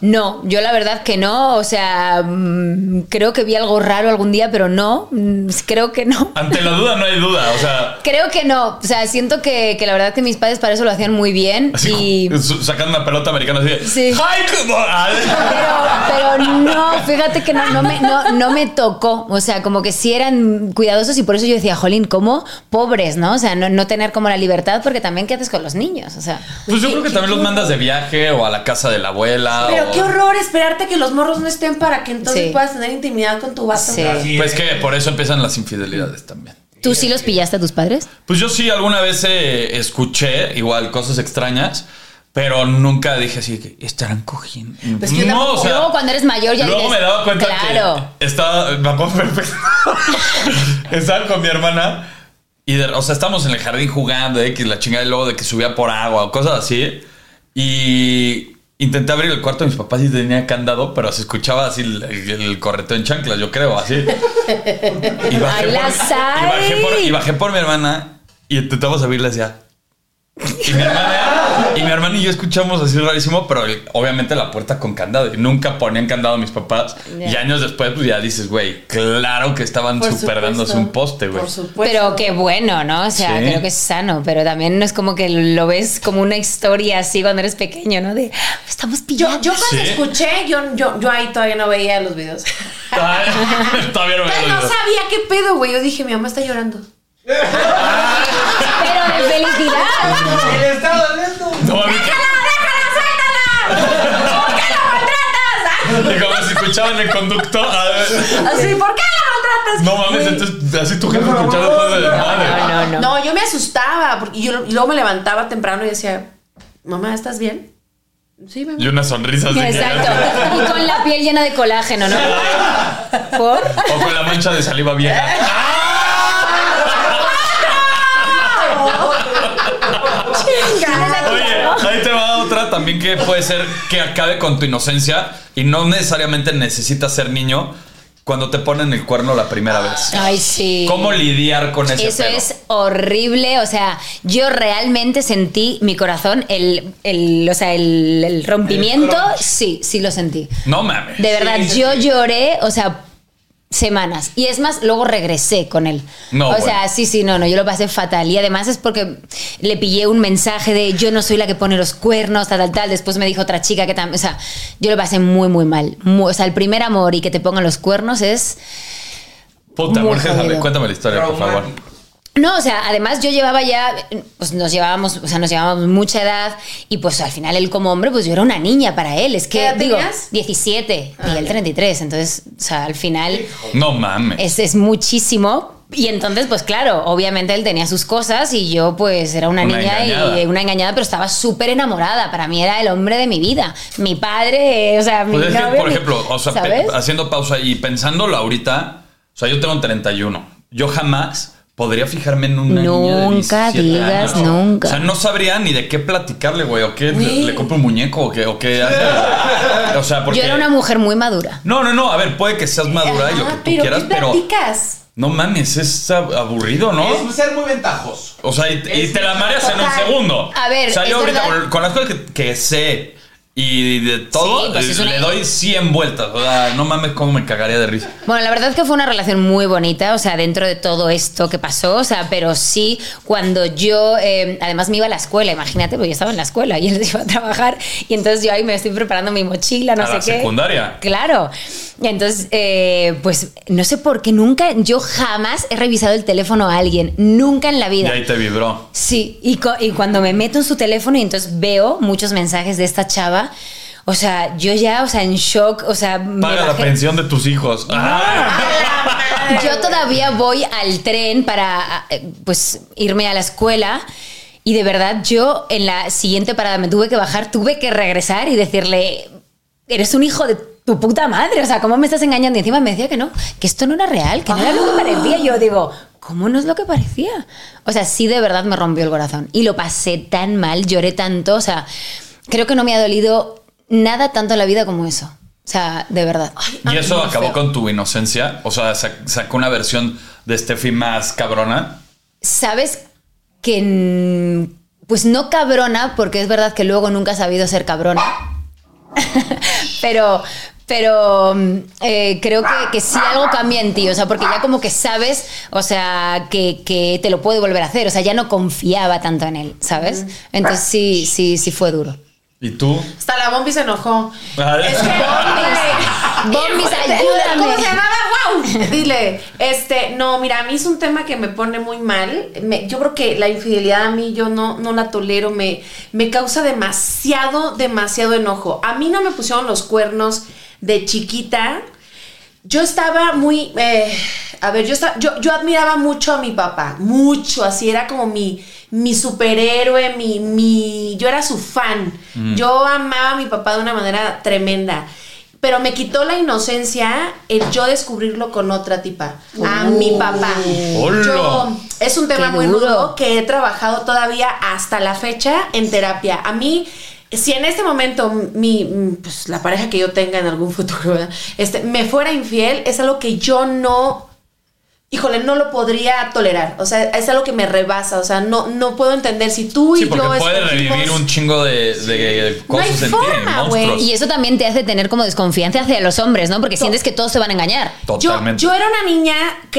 [SPEAKER 3] No, yo la verdad que no. O sea, mm, creo que vi algo raro algún día, pero no. mm, Creo que no. [laughs]
[SPEAKER 1] Ante la duda no hay duda, o sea,
[SPEAKER 3] Creo que no. O sea, siento que, que la verdad que mis padres para eso lo hacían muy bien.
[SPEAKER 1] así
[SPEAKER 3] Y.
[SPEAKER 1] como su- sacando una pelota americana así. de,
[SPEAKER 3] Sí.
[SPEAKER 1] "Ay, cómo-" Ah,
[SPEAKER 3] Pero, pero no, fíjate que no, no, me, no, no me tocó. O sea, como que sí eran cuidadosos y por eso yo decía, jolín, ¿cómo? Pobres, ¿no? O sea, no, no tener como la libertad, porque también, ¿qué haces con los niños? O sea,
[SPEAKER 1] Pues yo creo que también los mandas de viaje o a la casa de la abuela.
[SPEAKER 2] Pero
[SPEAKER 1] o-
[SPEAKER 2] qué horror esperarte que los morros no estén para que entonces
[SPEAKER 3] Sí.
[SPEAKER 2] puedas tener intimidad con tu vato.
[SPEAKER 3] Sí.
[SPEAKER 1] Pues que por eso empiezan las infidelidades también.
[SPEAKER 3] ¿tú sí los pillaste a tus padres?
[SPEAKER 1] Pues yo sí alguna vez eh, escuché igual cosas extrañas, Pero nunca dije así de que estarán cogiendo.
[SPEAKER 3] Pues que yo
[SPEAKER 1] no,
[SPEAKER 3] tampoco-
[SPEAKER 1] o sea,
[SPEAKER 3] luego cuando eres mayor ya
[SPEAKER 1] Luego
[SPEAKER 3] dices,
[SPEAKER 1] me daba cuenta
[SPEAKER 3] claro.
[SPEAKER 1] que estaba, me acuerdo
[SPEAKER 3] [laughs]
[SPEAKER 1] perfecto. estaba con mi hermana y, de- o sea, estábamos en el jardín jugando, X, la chingada, y luego de que subía por agua o cosas así. Y intenté abrir el cuarto de mis papás y tenía candado, pero se escuchaba así el, el- el correteo en chanclas, yo creo, así. Y
[SPEAKER 3] [laughs]
[SPEAKER 1] bajé,
[SPEAKER 3] Ay,
[SPEAKER 1] por,
[SPEAKER 3] las
[SPEAKER 1] y bajé
[SPEAKER 3] hay.
[SPEAKER 1] por- y bajé por mi hermana y intentamos abrirla decía. Y mi hermana, y mi hermana y yo escuchamos así rarísimo, pero el- obviamente la puerta con candado. Y nunca ponían candado mis papás.
[SPEAKER 3] Ya.
[SPEAKER 1] Y años después, pues ya dices, güey, claro que estaban
[SPEAKER 2] Por
[SPEAKER 1] super
[SPEAKER 2] supuesto.
[SPEAKER 1] dándose un poste, güey.
[SPEAKER 2] Por supuesto.
[SPEAKER 3] Pero qué bueno, ¿no? O sea,
[SPEAKER 1] Sí.
[SPEAKER 3] creo que es sano, pero también no es como que lo ves como una historia así cuando eres pequeño, ¿no? De "Ah, estamos
[SPEAKER 2] Yo,
[SPEAKER 3] pillados.
[SPEAKER 2] yo cuando
[SPEAKER 1] Sí.
[SPEAKER 2] escuché, yo, yo, yo ahí todavía no veía
[SPEAKER 1] [laughs]
[SPEAKER 2] los videos.
[SPEAKER 1] [laughs] Todavía todavía no me
[SPEAKER 2] Yo no
[SPEAKER 1] acuerdo.
[SPEAKER 2] sabía qué pedo, güey. Yo dije, mi mamá está [laughs] llorando.
[SPEAKER 3] [laughs] Pero de felicidad.
[SPEAKER 6] ¡Le está doliendo!
[SPEAKER 1] No, a mí que- Y como se escuchaba en el conducto. a ver,
[SPEAKER 2] Así, ¿por qué la maltratas?
[SPEAKER 1] No mames,
[SPEAKER 2] Güey.
[SPEAKER 1] entonces así tu jefe escuchaba todo de madre.
[SPEAKER 3] No, no, no.
[SPEAKER 2] No, yo me asustaba. Porque yo, y luego me levantaba temprano y decía, mamá, ¿estás bien? Sí, mamá.
[SPEAKER 1] Y una sonrisa así. que-
[SPEAKER 3] Exacto. Y con la piel llena de colágeno, ¿no? ¿Por?
[SPEAKER 1] O con la mancha de saliva vieja. Oye, ahí te va otra también que puede ser que acabe con tu inocencia y no necesariamente necesitas ser niño cuando te ponen el cuerno la primera vez.
[SPEAKER 3] Ay, Ah, sí.
[SPEAKER 1] ¿Cómo lidiar con ese
[SPEAKER 3] Eso
[SPEAKER 1] pedo?
[SPEAKER 3] es horrible, o sea, yo realmente sentí mi corazón, el, el- o sea, el, el rompimiento, sí, sí lo sentí.
[SPEAKER 1] No mames.
[SPEAKER 3] De verdad, yo lloré, o sea, semanas. Y es más, luego regresé con él.
[SPEAKER 1] No,
[SPEAKER 3] o
[SPEAKER 1] bueno.
[SPEAKER 3] sea, sí, sí, no, no, yo lo pasé fatal. Y además es porque le pillé un mensaje de yo no soy la que pone los cuernos, tal, tal, tal. Después me dijo otra chica que también, o sea, yo lo pasé muy, muy mal. Mu- o sea, el primer amor y que te pongan los cuernos es...
[SPEAKER 1] Puta,
[SPEAKER 3] Muy
[SPEAKER 1] Borges,
[SPEAKER 3] jodido.
[SPEAKER 1] cuéntame la historia, por favor.
[SPEAKER 6] Traumático.
[SPEAKER 3] No, o sea, además yo llevaba ya, pues nos llevábamos, o sea, nos llevábamos mucha edad y pues al final él como hombre, pues yo era una niña para él, es que
[SPEAKER 2] ¿Qué edad
[SPEAKER 3] digo,
[SPEAKER 2] tenías? Ah,
[SPEAKER 3] 17 y él 33, entonces, o sea, al final
[SPEAKER 1] No mames.
[SPEAKER 3] es, es muchísimo. Y entonces, pues claro, obviamente él tenía sus cosas y yo pues era una,
[SPEAKER 1] Una
[SPEAKER 3] niña y
[SPEAKER 1] engañada.
[SPEAKER 3] una engañada, pero estaba súper enamorada. Para mí era el hombre de mi vida. Mi padre, eh, o sea, mi
[SPEAKER 1] Pues es que,
[SPEAKER 3] novio,
[SPEAKER 1] por
[SPEAKER 3] mi-
[SPEAKER 1] ejemplo, o sea, pe-
[SPEAKER 3] ¿sabes?
[SPEAKER 1] haciendo pausa y pensándolo ahorita, o sea, yo tengo 31. Yo jamás podría fijarme en una niña de
[SPEAKER 3] Nunca
[SPEAKER 1] 17
[SPEAKER 3] digas
[SPEAKER 1] años.
[SPEAKER 3] nunca.
[SPEAKER 1] O sea, no sabría ni de qué platicarle, güey, o qué le,
[SPEAKER 2] Güey.
[SPEAKER 1] le compro un muñeco o qué o qué o sea, porque
[SPEAKER 3] Yo era una Ah, mujer muy madura.
[SPEAKER 1] No, no, no, a ver, puede que seas madura y lo que
[SPEAKER 2] Ajá,
[SPEAKER 1] tú
[SPEAKER 2] Ah, pero
[SPEAKER 1] quieras,
[SPEAKER 2] ¿qué
[SPEAKER 1] pero
[SPEAKER 2] platicas?
[SPEAKER 1] no mames, es ab- aburrido, ¿no?
[SPEAKER 6] Es un ser muy ventajoso.
[SPEAKER 1] O sea, y, y
[SPEAKER 6] Es
[SPEAKER 1] te la mareas en un
[SPEAKER 2] total.
[SPEAKER 1] segundo.
[SPEAKER 3] A ver,
[SPEAKER 1] o sea, yo
[SPEAKER 3] es
[SPEAKER 1] ahorita
[SPEAKER 3] verdad.
[SPEAKER 1] con, con las cosas que, que sé y de todo,
[SPEAKER 3] Sí, pues es
[SPEAKER 1] le,
[SPEAKER 3] una-
[SPEAKER 1] le doy 100 vueltas. O sea, no mames cómo me cagaría de risa.
[SPEAKER 3] Bueno, la verdad es que fue una relación muy bonita, o sea, dentro de todo esto que pasó, o sea, pero sí, cuando yo, eh, además me iba a la escuela, imagínate, porque yo estaba en la escuela y él se iba a trabajar, y entonces yo ahí me estoy preparando mi mochila, no
[SPEAKER 1] A
[SPEAKER 3] sé
[SPEAKER 1] la
[SPEAKER 3] qué.
[SPEAKER 1] secundaria.
[SPEAKER 3] Claro. Y entonces, eh, pues no sé por qué nunca, yo jamás he revisado el teléfono a alguien, nunca en la
[SPEAKER 1] Y
[SPEAKER 3] vida.
[SPEAKER 1] ahí te vibró.
[SPEAKER 3] Sí, y, cu- y cuando me meto en su teléfono y entonces veo muchos mensajes de esta chava, o sea, yo ya, o sea, en shock, o sea, me
[SPEAKER 1] Paga la
[SPEAKER 3] bajé-
[SPEAKER 1] pensión de tus hijos. ¡Ah!
[SPEAKER 3] yo todavía voy al tren para eh, pues irme a la escuela y de verdad yo en la siguiente parada me tuve que bajar, tuve que regresar y decirle, eres un hijo de tu puta madre, o sea, ¿cómo me estás engañando? Y encima me decía que no, que esto no era real, que no era lo que parecía. Y Yo digo, ¿cómo no es lo que parecía? O sea, sí de verdad me rompió el corazón y lo pasé tan mal, lloré tanto, o sea, creo que no me ha dolido nada tanto en la vida como eso. O sea, de verdad. Ay,
[SPEAKER 1] Y
[SPEAKER 3] ay,
[SPEAKER 1] eso
[SPEAKER 3] muy
[SPEAKER 1] acabó
[SPEAKER 3] feo.
[SPEAKER 1] con tu inocencia. O sea, sac- sacó una versión de Steffi más cabrona.
[SPEAKER 3] sabes que mm, pues no cabrona porque es verdad que luego nunca ha sabido ser cabrona [laughs] pero pero mm, eh, creo que, que sí algo cambia en ti, o sea, porque ya como que sabes, o sea, que, que te lo puede volver a hacer, o sea, ya no confiaba tanto en él, ¿sabes? Entonces sí, sí, sí fue duro.
[SPEAKER 1] ¿Y tú?
[SPEAKER 2] Hasta la Bombi se enojó.
[SPEAKER 1] Ah,
[SPEAKER 2] Es que Bombis,
[SPEAKER 3] Bombis, ayúdame.
[SPEAKER 2] ¿Cómo se llamaba? ¡Wow! Dile, este, no, mira, a mí es un tema que me pone muy mal. Me- yo creo que la infidelidad a mí yo no, no la tolero, me, me causa demasiado, demasiado enojo. A mí no me pusieron los cuernos de chiquita. Yo estaba muy, eh, a ver, yo, esta- yo, yo admiraba mucho a mi papá, mucho, así era como mi, mi superhéroe, mi, mi, yo era su fan. Yo amaba a mi papá de una manera tremenda. Pero me quitó la inocencia el yo descubrirlo con otra tipa, a mi papá.
[SPEAKER 1] ¡Hola!
[SPEAKER 2] Yo- es un tema
[SPEAKER 3] Qué
[SPEAKER 2] muy
[SPEAKER 3] duro.
[SPEAKER 2] duro que he trabajado todavía hasta la fecha en terapia. A mí, si en este momento mi, mm, pues, la pareja que yo tenga en algún futuro ¿verdad? este, me fuera infiel, es algo que yo no híjole, no lo podría tolerar. O sea, es algo que me rebasa. O sea, no, no puedo entender si tú y
[SPEAKER 1] Sí, porque
[SPEAKER 2] yo
[SPEAKER 1] puede
[SPEAKER 2] escogimos-
[SPEAKER 1] revivir un chingo de, de
[SPEAKER 2] No hay
[SPEAKER 1] cosas en ti,
[SPEAKER 2] forma, güey.
[SPEAKER 1] monstruos.
[SPEAKER 3] Y eso también te hace tener como desconfianza hacia los hombres, ¿no? Porque sientes que todos te van a engañar.
[SPEAKER 2] Yo,
[SPEAKER 1] Totalmente.
[SPEAKER 2] yo era una niña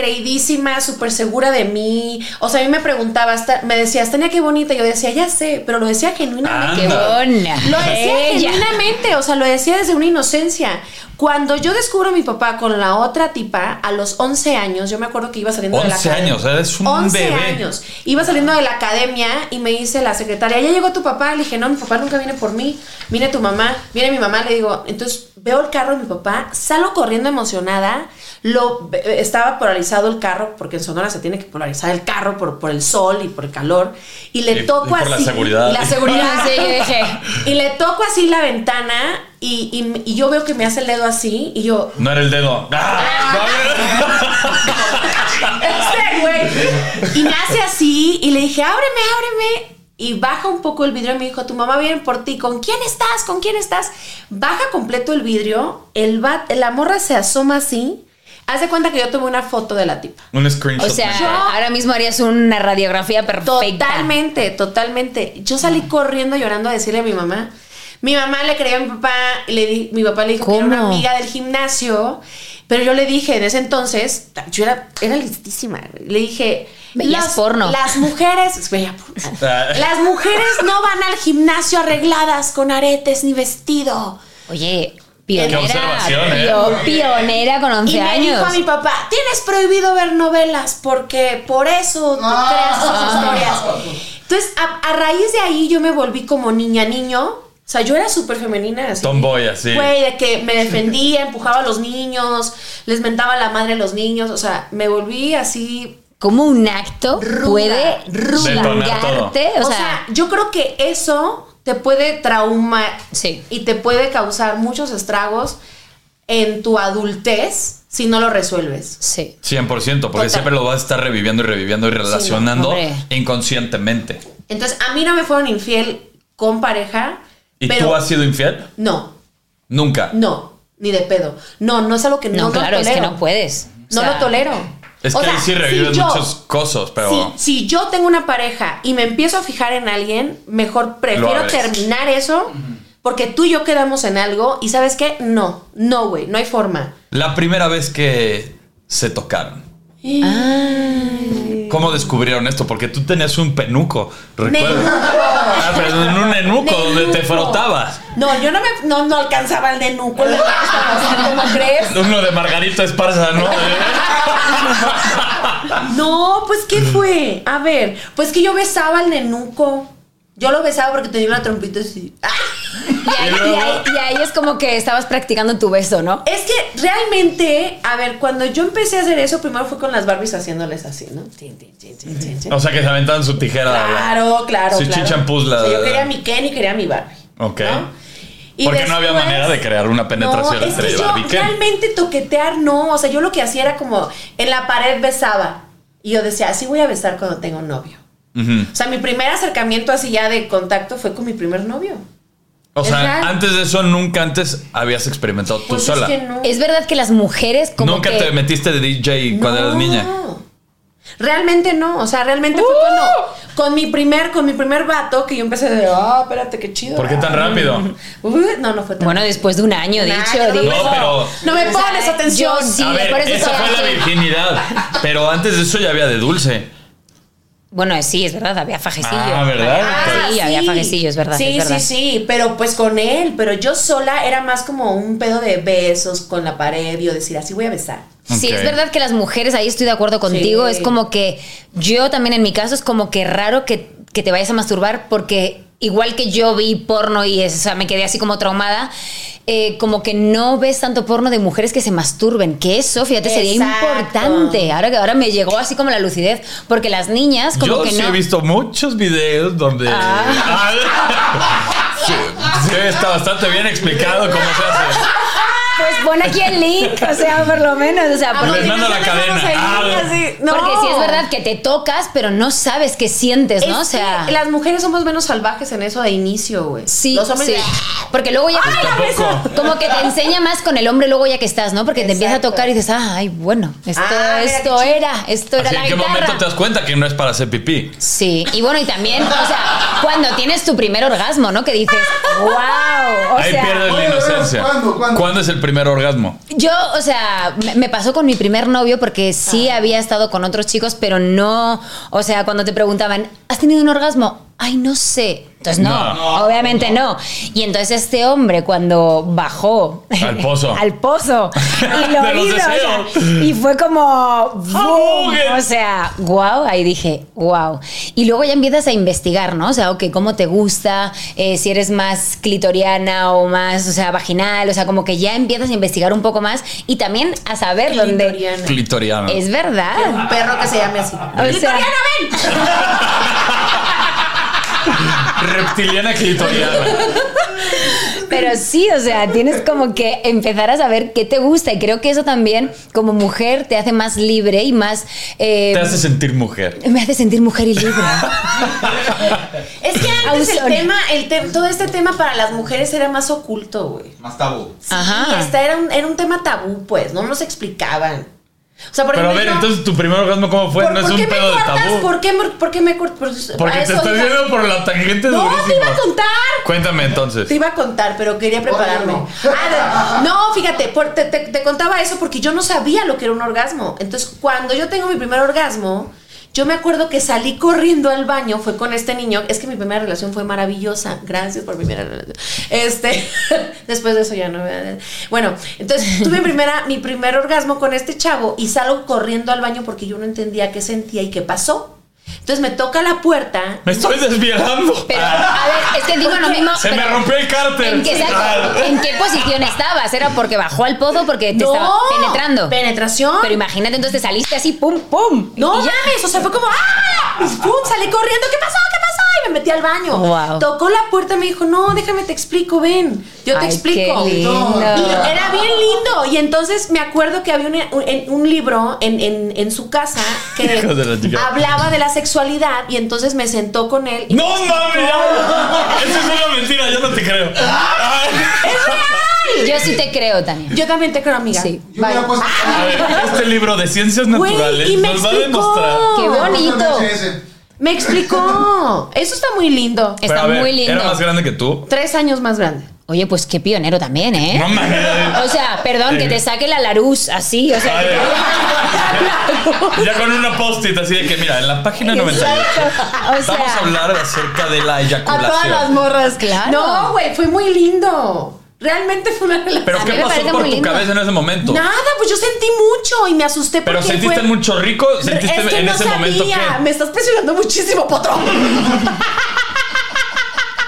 [SPEAKER 2] creidísima, súper segura de mí. O sea, a mí me preguntabas, ta- me decías, tenía qué bonita. Yo decía, ya sé, pero lo decía genuinamente.
[SPEAKER 3] ¡Qué
[SPEAKER 1] Anda.
[SPEAKER 3] buena!
[SPEAKER 2] Lo decía
[SPEAKER 3] Ella.
[SPEAKER 2] genuinamente, o sea, lo decía desde una inocencia. Cuando yo descubro a mi papá con la otra tipa, a los 11 años, yo me acuerdo que iba saliendo de la
[SPEAKER 1] 11
[SPEAKER 2] academia.
[SPEAKER 1] años, eres un
[SPEAKER 2] 11
[SPEAKER 1] bebé.
[SPEAKER 2] años. Iba saliendo de la academia y me dice la secretaria, ya llegó tu papá. Le dije, no, mi papá nunca viene por mí. Viene tu mamá, viene mi mamá. Le digo, entonces veo el carro de mi papá, salgo corriendo emocionada. Lo, eh, estaba polarizado el carro, porque en Sonora se tiene que polarizar el carro por, por el sol y por el calor. Y le
[SPEAKER 1] Y- y
[SPEAKER 2] toco
[SPEAKER 1] por la
[SPEAKER 2] así.
[SPEAKER 1] seguridad.
[SPEAKER 2] y La seguridad,
[SPEAKER 3] Sí, yo dije.
[SPEAKER 1] [laughs]
[SPEAKER 2] y le toco así la ventana y, y- y yo veo que me hace el dedo así y yo...
[SPEAKER 1] No era el dedo. ¡Ah!
[SPEAKER 3] Ah.
[SPEAKER 2] "Este güey". Y me hace así y le dije, ábreme, ábreme. Y baja un poco el vidrio y me dijo, tu mamá viene por ti. ¿Con quién estás? ¿Con quién estás? Baja completo el vidrio. El va- la morra se asoma así. Hace cuenta que yo tomé una foto de la tipa.
[SPEAKER 1] Un screenshot. Ah,
[SPEAKER 3] O sea,
[SPEAKER 1] mejor.
[SPEAKER 3] ahora mismo harías una radiografía perfecta.
[SPEAKER 2] Totalmente, totalmente. Yo salí corriendo llorando a decirle a mi mamá. Mi mamá le creía a mi papá, y le di- mi papá le dijo que era una
[SPEAKER 3] ¿Cómo?
[SPEAKER 2] amiga del gimnasio, pero yo le dije en ese entonces, yo era, era listísima, le dije...
[SPEAKER 3] Veías
[SPEAKER 2] "Las-
[SPEAKER 3] porno".
[SPEAKER 2] Las mujeres... [laughs] veía porno.
[SPEAKER 1] Ah.
[SPEAKER 2] las mujeres no van al gimnasio arregladas con aretes ni vestido.
[SPEAKER 3] Oye, pionera.
[SPEAKER 1] Qué observación, ¿eh?
[SPEAKER 3] pio- Pionera con 11
[SPEAKER 2] Y me
[SPEAKER 3] años.
[SPEAKER 2] dijo a mi papá, tienes prohibido ver novelas porque por eso tú creas esas historias. Entonces, a, a raíz de ahí yo me volví como niña niño. O sea, yo era súper femenina. Así.
[SPEAKER 1] Tomboy, así.
[SPEAKER 2] Güey, de que me defendía, empujaba a los niños, les mentaba la madre a los niños. O sea, me volví así.
[SPEAKER 3] ¿Cómo un acto
[SPEAKER 2] Ruda,
[SPEAKER 3] puede
[SPEAKER 2] ruda.
[SPEAKER 1] Detonar todo.
[SPEAKER 3] chingarte?
[SPEAKER 2] O sea, yo creo que eso te puede traumar
[SPEAKER 3] Sí.
[SPEAKER 2] y te puede causar muchos estragos en tu adultez si no lo resuelves.
[SPEAKER 3] sí.
[SPEAKER 1] 100%, porque
[SPEAKER 2] Total.
[SPEAKER 1] siempre lo vas a estar reviviendo y reviviendo y relacionando
[SPEAKER 3] hombre.
[SPEAKER 1] inconscientemente.
[SPEAKER 2] Entonces, a mí no me fueron infiel con pareja.
[SPEAKER 1] ¿Y
[SPEAKER 2] pero
[SPEAKER 1] tú has sido infiel?
[SPEAKER 2] No,
[SPEAKER 1] Nunca.
[SPEAKER 2] no, ni de pedo. No, no es algo que no,
[SPEAKER 3] No,
[SPEAKER 2] lo
[SPEAKER 3] claro, es que
[SPEAKER 2] tolero.
[SPEAKER 3] no puedes. O
[SPEAKER 2] No
[SPEAKER 3] sea,
[SPEAKER 2] lo tolero.
[SPEAKER 1] Es
[SPEAKER 2] O
[SPEAKER 1] que
[SPEAKER 2] sea,
[SPEAKER 1] ahí sí
[SPEAKER 2] si
[SPEAKER 1] revives
[SPEAKER 2] yo-
[SPEAKER 1] muchos cosos, pero.
[SPEAKER 2] Si, si yo tengo una pareja y me empiezo a fijar en alguien, mejor
[SPEAKER 1] Lo
[SPEAKER 2] prefiero
[SPEAKER 1] abres.
[SPEAKER 2] terminar eso porque tú y yo quedamos en algo y ¿sabes qué? No, no, güey, no hay forma.
[SPEAKER 1] La primera vez que se tocaron. ¿Cómo descubrieron esto? Porque tú tenías un penuco,
[SPEAKER 2] Nenuco.
[SPEAKER 1] recuerdo. Ah, pero en un
[SPEAKER 2] [laughs]
[SPEAKER 1] enuco donde te
[SPEAKER 2] Nenuco.
[SPEAKER 1] frotabas.
[SPEAKER 2] No, yo no me no, no alcanzaba el de nuco.
[SPEAKER 1] [laughs]
[SPEAKER 2] ¿Cómo crees?
[SPEAKER 1] Uno de Margarito Esparza,
[SPEAKER 2] [laughs]
[SPEAKER 1] ¿no?
[SPEAKER 2] No, pues ¿qué
[SPEAKER 1] Mm.
[SPEAKER 2] fue? A ver, pues que yo besaba al nenuco. Yo lo besaba porque tenía una trompita así. ¡Ah!
[SPEAKER 3] Y ahí,
[SPEAKER 1] Y luego-
[SPEAKER 3] y ahí- y ahí es como que estabas practicando tu beso, ¿no?
[SPEAKER 2] Es que realmente, a ver, cuando yo empecé a hacer eso, primero fue con las Barbies haciéndoles así, ¿no? Tin, tin, tin, tin, tin,
[SPEAKER 1] [laughs]
[SPEAKER 2] tin.
[SPEAKER 1] O sea que se aventaban su tijera.
[SPEAKER 2] Claro, claro.
[SPEAKER 1] Su
[SPEAKER 2] claro.
[SPEAKER 1] chichampús, la
[SPEAKER 2] O sea, yo
[SPEAKER 1] verdad.
[SPEAKER 2] quería mi Ken y quería mi Barbie.
[SPEAKER 1] Ok.
[SPEAKER 2] ¿no? Y
[SPEAKER 1] Porque no había
[SPEAKER 2] después-
[SPEAKER 1] manera de crear una penetración
[SPEAKER 2] no, es
[SPEAKER 1] entre
[SPEAKER 2] que yo
[SPEAKER 1] Barbie y Ken.
[SPEAKER 2] realmente toquetear no. O sea, yo lo que hacía era como en la pared besaba. Y yo decía, así voy a besar cuando tenga un novio.
[SPEAKER 1] Ujú.
[SPEAKER 2] O sea, mi primer acercamiento así ya de contacto fue con mi primer novio.
[SPEAKER 1] O sea,
[SPEAKER 2] Es real.
[SPEAKER 1] antes de eso, nunca antes habías experimentado tú
[SPEAKER 2] Pues es
[SPEAKER 1] sola.
[SPEAKER 2] que no.
[SPEAKER 3] Es verdad que las mujeres como
[SPEAKER 1] Nunca
[SPEAKER 3] que...
[SPEAKER 1] te metiste de DJ cuando eras
[SPEAKER 2] No.
[SPEAKER 1] niña.
[SPEAKER 2] Realmente no, o sea, realmente fue cuando
[SPEAKER 1] ¡Uh!
[SPEAKER 2] con mi primer, con mi primer vato que yo empecé de, ah, espérate, qué chido.
[SPEAKER 1] ¿Por qué tan rápido?
[SPEAKER 2] [laughs] Uy, no, no fue tan
[SPEAKER 3] Bueno, después de un año,
[SPEAKER 2] Nah,
[SPEAKER 3] dicho,
[SPEAKER 2] yo no me
[SPEAKER 3] digo.
[SPEAKER 1] No, pero-
[SPEAKER 2] No me
[SPEAKER 3] O sea,
[SPEAKER 2] pones atención.
[SPEAKER 3] yo sí,
[SPEAKER 1] a ver,
[SPEAKER 3] por eso
[SPEAKER 1] esa
[SPEAKER 3] soy
[SPEAKER 1] fue la
[SPEAKER 3] así.
[SPEAKER 1] virginidad. Pero antes de eso ya había de dulce.
[SPEAKER 3] Bueno, sí, es verdad, había fajecillo.
[SPEAKER 1] Ah, ¿verdad?
[SPEAKER 2] Ah,
[SPEAKER 3] Sí, había fajecillo, es verdad.
[SPEAKER 2] Sí,
[SPEAKER 3] es verdad.
[SPEAKER 2] sí, sí, pero pues con él, pero yo sola era más como un pedo de besos con la pared, yo decir, así voy a besar.
[SPEAKER 3] Sí,
[SPEAKER 1] Ok.
[SPEAKER 3] es verdad que las mujeres, ahí estoy de acuerdo contigo,
[SPEAKER 2] Sí.
[SPEAKER 3] es como que yo también en mi caso es como que raro que, que te vayas a masturbar porque igual que yo vi porno y es- o sea, me quedé así como traumada, eh, como que no ves tanto porno de mujeres que se masturben, que eso, fíjate, sería
[SPEAKER 2] Exacto.
[SPEAKER 3] importante. Ahora que ahora me llegó así como la lucidez, porque las niñas como
[SPEAKER 1] Yo
[SPEAKER 3] que
[SPEAKER 1] sí
[SPEAKER 3] no...
[SPEAKER 1] he visto muchos videos donde.
[SPEAKER 2] Ah.
[SPEAKER 1] [laughs] Sí, sí, está bastante bien explicado cómo se hace.
[SPEAKER 3] Pues pon aquí el link, o sea, por lo menos, o sea,
[SPEAKER 2] Ah,
[SPEAKER 3] porque-
[SPEAKER 1] Les mando la
[SPEAKER 2] no dejamos
[SPEAKER 1] cadena.
[SPEAKER 2] ahí,
[SPEAKER 1] Ah.
[SPEAKER 2] así. No.
[SPEAKER 3] [laughs] Porque sí es verdad que te tocas, pero no sabes qué sientes, ¿no?
[SPEAKER 2] Es
[SPEAKER 3] o sea,
[SPEAKER 2] que las mujeres somos menos salvajes en eso de inicio, güey.
[SPEAKER 3] sí,
[SPEAKER 2] Los hombres
[SPEAKER 3] sí. Porque luego ya
[SPEAKER 1] Tampoco.
[SPEAKER 3] como que te enseña más con el hombre luego ya que estás, ¿no? Porque te empieza a
[SPEAKER 2] Exacto.
[SPEAKER 3] tocar y dices, ay, bueno, esto,
[SPEAKER 2] Ah, mira
[SPEAKER 3] esto
[SPEAKER 2] qué
[SPEAKER 3] era, esto era
[SPEAKER 1] Así,
[SPEAKER 3] la
[SPEAKER 1] ¿En qué
[SPEAKER 3] guitarra.
[SPEAKER 1] momento te das cuenta que no es para hacer pipí?
[SPEAKER 3] Sí, y bueno, y también, o sea, cuando tienes tu primer orgasmo, ¿no?
[SPEAKER 2] [laughs]
[SPEAKER 3] Que dices, wow, o
[SPEAKER 1] Ahí
[SPEAKER 3] sea,
[SPEAKER 1] pierdes la
[SPEAKER 8] Oye, pero
[SPEAKER 1] inocencia.
[SPEAKER 8] ¿cuándo, cuándo?
[SPEAKER 1] es el primer orgasmo?
[SPEAKER 3] yo, o sea, me, me pasó con mi primer novio porque sí había estado con otros chicos, pero no, o sea, cuando te preguntaban, ¿has tenido un orgasmo? Ay, no sé. Entonces no,
[SPEAKER 1] No.
[SPEAKER 3] obviamente no. Y entonces este hombre cuando bajó
[SPEAKER 1] Al pozo.
[SPEAKER 3] [laughs] al
[SPEAKER 1] [laughs]
[SPEAKER 3] pozo y lo
[SPEAKER 1] De los
[SPEAKER 3] hizo, o sea,
[SPEAKER 1] deseos.
[SPEAKER 3] y fue como boom,
[SPEAKER 1] Mugen.
[SPEAKER 3] o sea, wow, ahí dije, wow. Y luego ya empiezas a investigar, ¿no? O sea, ok, cómo te gusta, Eh, si eres más clitoriana o más, o sea, vaginal, o sea, como que ya empiezas a investigar un poco más y también a saber dónde
[SPEAKER 2] clitoriana.
[SPEAKER 1] Clitoriano.
[SPEAKER 3] es
[SPEAKER 2] Un
[SPEAKER 3] verdad.
[SPEAKER 2] perro que se llame así.
[SPEAKER 3] sea-
[SPEAKER 2] ¡Clitoriana, ven!
[SPEAKER 1] Reptiliana clitoriana.
[SPEAKER 3] Pero sí, o sea, tienes como que empezar a saber qué te gusta y creo que eso también como mujer te hace más libre y más eh,
[SPEAKER 1] Te hace sentir mujer.
[SPEAKER 3] me hace sentir mujer y
[SPEAKER 1] [laughs]
[SPEAKER 3] libre.
[SPEAKER 2] Es que antes el
[SPEAKER 3] Ausón.
[SPEAKER 2] tema, el te- todo este tema para las mujeres era más oculto, güey.
[SPEAKER 6] Más tabú.
[SPEAKER 3] Ajá.
[SPEAKER 2] Y esta era un, era un tema tabú, pues, no nos explicaban. O sea, por
[SPEAKER 1] Pero a
[SPEAKER 2] ejemplo,
[SPEAKER 1] ver,
[SPEAKER 2] yo-
[SPEAKER 1] entonces tu primer orgasmo, ¿cómo fue?
[SPEAKER 2] ¿por,
[SPEAKER 1] No es
[SPEAKER 2] por
[SPEAKER 1] un
[SPEAKER 2] qué me
[SPEAKER 1] pedo de
[SPEAKER 2] cortas?
[SPEAKER 1] tabú.
[SPEAKER 2] ¿Por qué, me- por qué me cortas? Por-
[SPEAKER 1] Porque
[SPEAKER 2] a
[SPEAKER 1] te
[SPEAKER 2] eso
[SPEAKER 1] estás
[SPEAKER 2] iba.
[SPEAKER 1] yendo por la tangente
[SPEAKER 2] No,
[SPEAKER 1] durísimo.
[SPEAKER 2] te iba a contar.
[SPEAKER 1] Cuéntame entonces.
[SPEAKER 2] Te iba a contar, pero quería prepararme.
[SPEAKER 8] Oye, no.
[SPEAKER 2] Ah, de- no, fíjate, por- te, te- te contaba eso porque yo no sabía lo que era un orgasmo. Entonces, cuando yo tengo mi primer orgasmo, yo me acuerdo que salí corriendo al baño, fue con este niño. Es que mi primera relación fue maravillosa. Gracias por mi primera relación. Este, [laughs] después de eso ya no. ¿verdad? Bueno, entonces tuve mi, primera, mi primer orgasmo con este chavo y salgo corriendo al baño porque yo no entendía qué sentía y qué pasó. Entonces me toca la puerta.
[SPEAKER 1] Me estoy desviando.
[SPEAKER 3] Pero,
[SPEAKER 1] Ah,
[SPEAKER 3] a ver, es que digo lo mismo.
[SPEAKER 1] se me
[SPEAKER 3] pero-
[SPEAKER 1] rompió el cárter.
[SPEAKER 3] ¿En qué, exacto?
[SPEAKER 1] Ah.
[SPEAKER 3] ¿En qué posición estabas? ¿Era porque bajó al pozo porque te estaba penetrando?
[SPEAKER 2] Penetración.
[SPEAKER 3] Pero imagínate, entonces te saliste así, pum, pum.
[SPEAKER 2] No
[SPEAKER 3] y ya.
[SPEAKER 2] mames, o sea, fue como ¡ah! Y ¡Pum! Salí corriendo, ¿qué pasó? ¿Qué pasó? Y me metí al baño.
[SPEAKER 3] Wow.
[SPEAKER 2] Tocó la puerta y me dijo, no, déjame te explico, ven. Yo te
[SPEAKER 3] Ay,
[SPEAKER 2] explico.
[SPEAKER 3] qué lindo.
[SPEAKER 2] Y era bien lindo. Y entonces me acuerdo que había un, un- un libro en, en- en su casa
[SPEAKER 1] [laughs]
[SPEAKER 2] que
[SPEAKER 1] Hijo de la chica.
[SPEAKER 2] hablaba de la sexualidad y entonces me sentó con él. y-
[SPEAKER 1] ¡No mames! ya. Eso es una mentira, yo no te creo.
[SPEAKER 2] Ah.
[SPEAKER 1] Ay.
[SPEAKER 2] ¡Es real!
[SPEAKER 3] Yo sí te creo, Tania.
[SPEAKER 2] Yo también te creo, amiga.
[SPEAKER 3] Sí.
[SPEAKER 8] Yo me hubiera puesto.
[SPEAKER 1] A ver, este libro de ciencias
[SPEAKER 2] Güey,
[SPEAKER 1] naturales
[SPEAKER 2] y me
[SPEAKER 1] ¿eh? nos va a
[SPEAKER 2] explicó.
[SPEAKER 1] demostrar.
[SPEAKER 3] Qué
[SPEAKER 8] Me hubiera puesto
[SPEAKER 3] bonito.
[SPEAKER 8] VHS.
[SPEAKER 2] Me explicó. Eso está muy lindo.
[SPEAKER 3] Está
[SPEAKER 1] Pero a ver,
[SPEAKER 3] muy lindo.
[SPEAKER 1] ¿Era más grande que tú?
[SPEAKER 2] Tres años más grande.
[SPEAKER 3] Oye, pues qué pionero también, ¿eh?
[SPEAKER 1] No mames.
[SPEAKER 3] O sea, perdón, que te saque la laruz así, o sea.
[SPEAKER 1] Ay, Ya con una post-it así de que, mira, en la página 91
[SPEAKER 3] Exacto. O sea,
[SPEAKER 1] vamos a hablar acerca de la
[SPEAKER 2] A todas las
[SPEAKER 1] eyaculación.
[SPEAKER 2] morras,
[SPEAKER 3] Claro.
[SPEAKER 2] No, güey, fue muy lindo. Realmente fue una relación.
[SPEAKER 1] Pero
[SPEAKER 3] A
[SPEAKER 1] ¿qué
[SPEAKER 3] mí me
[SPEAKER 1] pasó
[SPEAKER 3] parece
[SPEAKER 1] por
[SPEAKER 3] muy
[SPEAKER 1] tu
[SPEAKER 3] lindo.
[SPEAKER 1] cabeza en ese momento?
[SPEAKER 2] Nada, pues yo sentí mucho y me asusté
[SPEAKER 1] Pero
[SPEAKER 2] porque
[SPEAKER 1] sentiste
[SPEAKER 2] fue-
[SPEAKER 1] mucho rico, sentiste
[SPEAKER 2] es que
[SPEAKER 1] en
[SPEAKER 2] no
[SPEAKER 1] ese
[SPEAKER 2] sabía.
[SPEAKER 1] momento
[SPEAKER 2] Me
[SPEAKER 1] que
[SPEAKER 2] estás presionando muchísimo,
[SPEAKER 1] [laughs]
[SPEAKER 2] potro.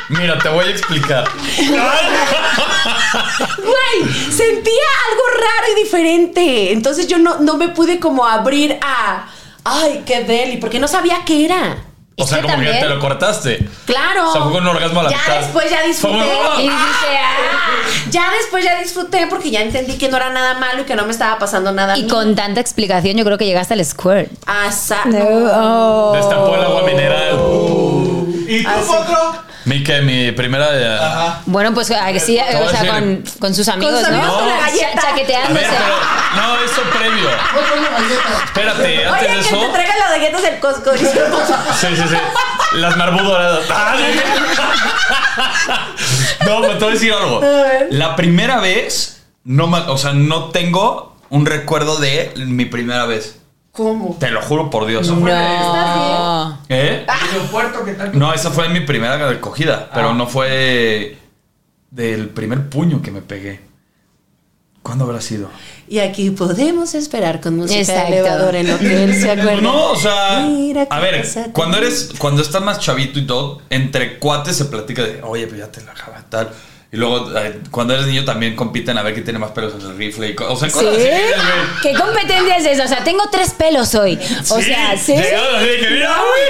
[SPEAKER 1] Mira, te voy a explicar.
[SPEAKER 2] Güey, sentía algo raro y diferente. Entonces yo no, no me pude como abrir a. Ay, qué deli, porque no sabía qué era.
[SPEAKER 1] O
[SPEAKER 3] Es
[SPEAKER 1] sea,
[SPEAKER 3] que
[SPEAKER 1] como que
[SPEAKER 3] también-
[SPEAKER 1] te lo cortaste.
[SPEAKER 2] Claro.
[SPEAKER 1] O sea, fue con un orgasmo a la
[SPEAKER 2] ya
[SPEAKER 1] mitad.
[SPEAKER 2] después ya disfruté.
[SPEAKER 1] Fue como,
[SPEAKER 3] Y
[SPEAKER 1] "Ah".
[SPEAKER 3] dijiste, ah.
[SPEAKER 2] Ya después ya disfruté porque ya entendí que no era nada malo y que no me estaba pasando nada. a
[SPEAKER 3] Y
[SPEAKER 2] mí.
[SPEAKER 3] con tanta explicación, yo creo que llegaste al squirt.
[SPEAKER 2] Asa-
[SPEAKER 3] Oh.
[SPEAKER 1] Destapó el agua mineral.
[SPEAKER 6] ¿Y tú, Potro?
[SPEAKER 1] Mi que mi primera eh,
[SPEAKER 3] Bueno, pues
[SPEAKER 1] voy
[SPEAKER 3] así,
[SPEAKER 1] a
[SPEAKER 3] o sea,
[SPEAKER 1] decir-
[SPEAKER 3] con, con sus amigos,
[SPEAKER 2] sus amigos
[SPEAKER 3] ¿no?
[SPEAKER 2] con la galleta.
[SPEAKER 3] Cha-
[SPEAKER 1] A
[SPEAKER 3] Chaqueteándose.
[SPEAKER 1] ver, pero- no, eso previo.
[SPEAKER 8] Otra una galleta.
[SPEAKER 1] Espérate,
[SPEAKER 2] Oye,
[SPEAKER 1] antes de
[SPEAKER 2] que
[SPEAKER 1] eso.
[SPEAKER 2] te traigan las galletas del
[SPEAKER 8] [laughs]
[SPEAKER 2] Costco. dice el papá.
[SPEAKER 1] Sí, sí, sí. Las marbú doradas. Ah, sí. No, pero te voy a decir algo. La primera vez, no, ma- o sea, no tengo un recuerdo de mi primera vez.
[SPEAKER 2] ¿Cómo?
[SPEAKER 1] Te lo juro por Dios.
[SPEAKER 3] No.
[SPEAKER 1] ¿Eh?
[SPEAKER 6] ¿El aeropuerto qué tal? Ah.
[SPEAKER 1] No, esa fue mi primera recogida, pero no fue del primer puño que me pegué. ¿Cuándo habrá sido?
[SPEAKER 2] Y aquí podemos esperar con música
[SPEAKER 3] Exacto.
[SPEAKER 2] de elevador en
[SPEAKER 8] [laughs]
[SPEAKER 2] lo que él se acuerda.
[SPEAKER 1] No, o sea,
[SPEAKER 2] Mira qué
[SPEAKER 1] a ver,
[SPEAKER 2] cosa tan
[SPEAKER 1] cuando eres, cuando estás más chavito y todo, entre cuates se platica de, oye, pues ya te la jaba tal. Y luego, eh, cuando eres niño, también compiten a ver quién tiene más pelos en el rifle. Y co- o sea,
[SPEAKER 3] ¿Sí?
[SPEAKER 1] cosas así, güey.
[SPEAKER 3] ¿Qué competencia es esa? O sea, tengo tres pelos hoy. O sea, sí.
[SPEAKER 1] Llegaron así de que, mira, güey.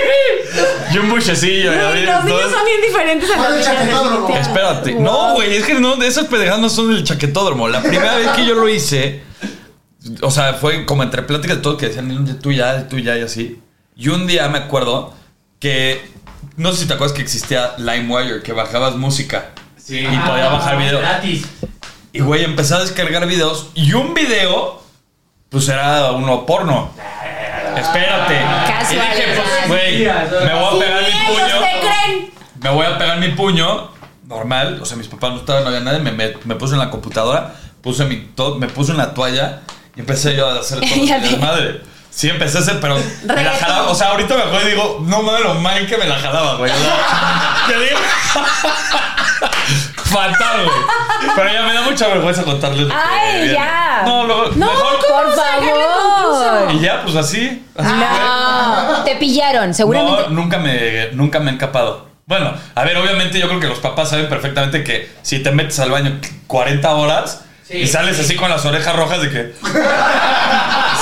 [SPEAKER 1] Y un buchecillo. y
[SPEAKER 2] Güey,
[SPEAKER 1] así,
[SPEAKER 2] los niños
[SPEAKER 1] entonces-
[SPEAKER 2] son bien diferentes a
[SPEAKER 8] Fue
[SPEAKER 2] los
[SPEAKER 8] el chaquetódromo.
[SPEAKER 2] niños.
[SPEAKER 1] Espérate. No, güey, es que no, esas pendejadas no son del chaquetódromo. La primera vez que yo lo hice, o sea, fue como entre pláticas de todo que decían, tú ya, tú ya y así. Y un día me acuerdo que, no sé si te acuerdas que existía LimeWire, que bajabas música.
[SPEAKER 9] Sí. Ah,
[SPEAKER 1] Y podía bajar video.
[SPEAKER 9] Gratis.
[SPEAKER 1] Y, güey, empecé a descargar videos. Y un video, pues era uno porno.
[SPEAKER 9] Ah,
[SPEAKER 1] Espérate.
[SPEAKER 3] Casualidad.
[SPEAKER 1] Y dije, pues, güey, me voy a pegar mi
[SPEAKER 2] Sí,
[SPEAKER 1] puño.
[SPEAKER 2] ellos te creen.
[SPEAKER 1] Me voy a pegar mi puño, normal. O sea, mis papás no estaban, no había nadie. Me, me, me puse en la computadora, puse mi to- me puse en la toalla y empecé yo a
[SPEAKER 3] [laughs]
[SPEAKER 1] hacer todo
[SPEAKER 3] Ya
[SPEAKER 1] el
[SPEAKER 3] te-
[SPEAKER 1] desmadre. Sí, empecé a hacer, pero me la
[SPEAKER 2] Reggaetón.
[SPEAKER 1] jalaba. O sea, ahorita me acuerdo y digo, no mames, lo mal que me la jalaba, güey. O
[SPEAKER 3] [laughs]
[SPEAKER 1] sea, Te digo. Fatal, güey. Pero ya me da mucha vergüenza contarles. lo que
[SPEAKER 3] Ay,
[SPEAKER 1] viene.
[SPEAKER 3] ya.
[SPEAKER 1] No, luego.
[SPEAKER 3] No,
[SPEAKER 1] mejor-
[SPEAKER 3] por
[SPEAKER 1] Y
[SPEAKER 3] favor.
[SPEAKER 1] ya, pues así. así fue.
[SPEAKER 3] No, te pillaron, seguramente.
[SPEAKER 1] No, nunca me, nunca me he encapado. Bueno, a ver, obviamente yo creo que los papás saben perfectamente que si te metes al baño 40 horas
[SPEAKER 9] Sí,
[SPEAKER 1] y sales
[SPEAKER 9] sí.
[SPEAKER 1] así con las orejas rojas
[SPEAKER 9] [laughs]
[SPEAKER 1] de que...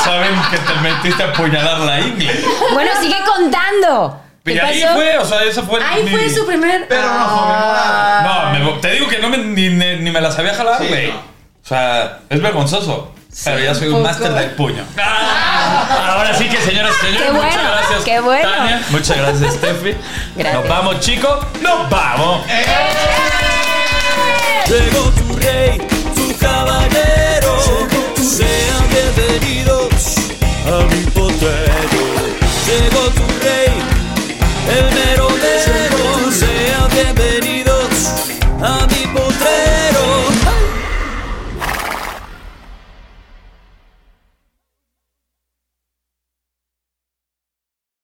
[SPEAKER 1] saben que te metiste a apuñalar la ingle.
[SPEAKER 3] Bueno, sigue contando.
[SPEAKER 1] Y
[SPEAKER 3] ¿Qué
[SPEAKER 1] ahí
[SPEAKER 3] pasó?
[SPEAKER 1] fue, o sea, esa fue...
[SPEAKER 2] Ahí
[SPEAKER 1] mi-
[SPEAKER 2] fue su primer.
[SPEAKER 8] Pero no, joven, morada.
[SPEAKER 1] No, me- te digo que no me, ni, ni- ni me la sabía jalar,
[SPEAKER 8] Sí,
[SPEAKER 1] güey.
[SPEAKER 8] no.
[SPEAKER 1] O sea, es vergonzoso. Pero ya soy un máster del puño. ¡Ah! Ahora sí que, señoras y señores,
[SPEAKER 3] Qué
[SPEAKER 1] muchas
[SPEAKER 3] bueno,
[SPEAKER 1] gracias.
[SPEAKER 3] qué bueno.
[SPEAKER 1] Tania, muchas gracias, Steffi.
[SPEAKER 3] Gracias.
[SPEAKER 1] Nos vamos, chicos. Nos vamos.
[SPEAKER 5] Llegó tu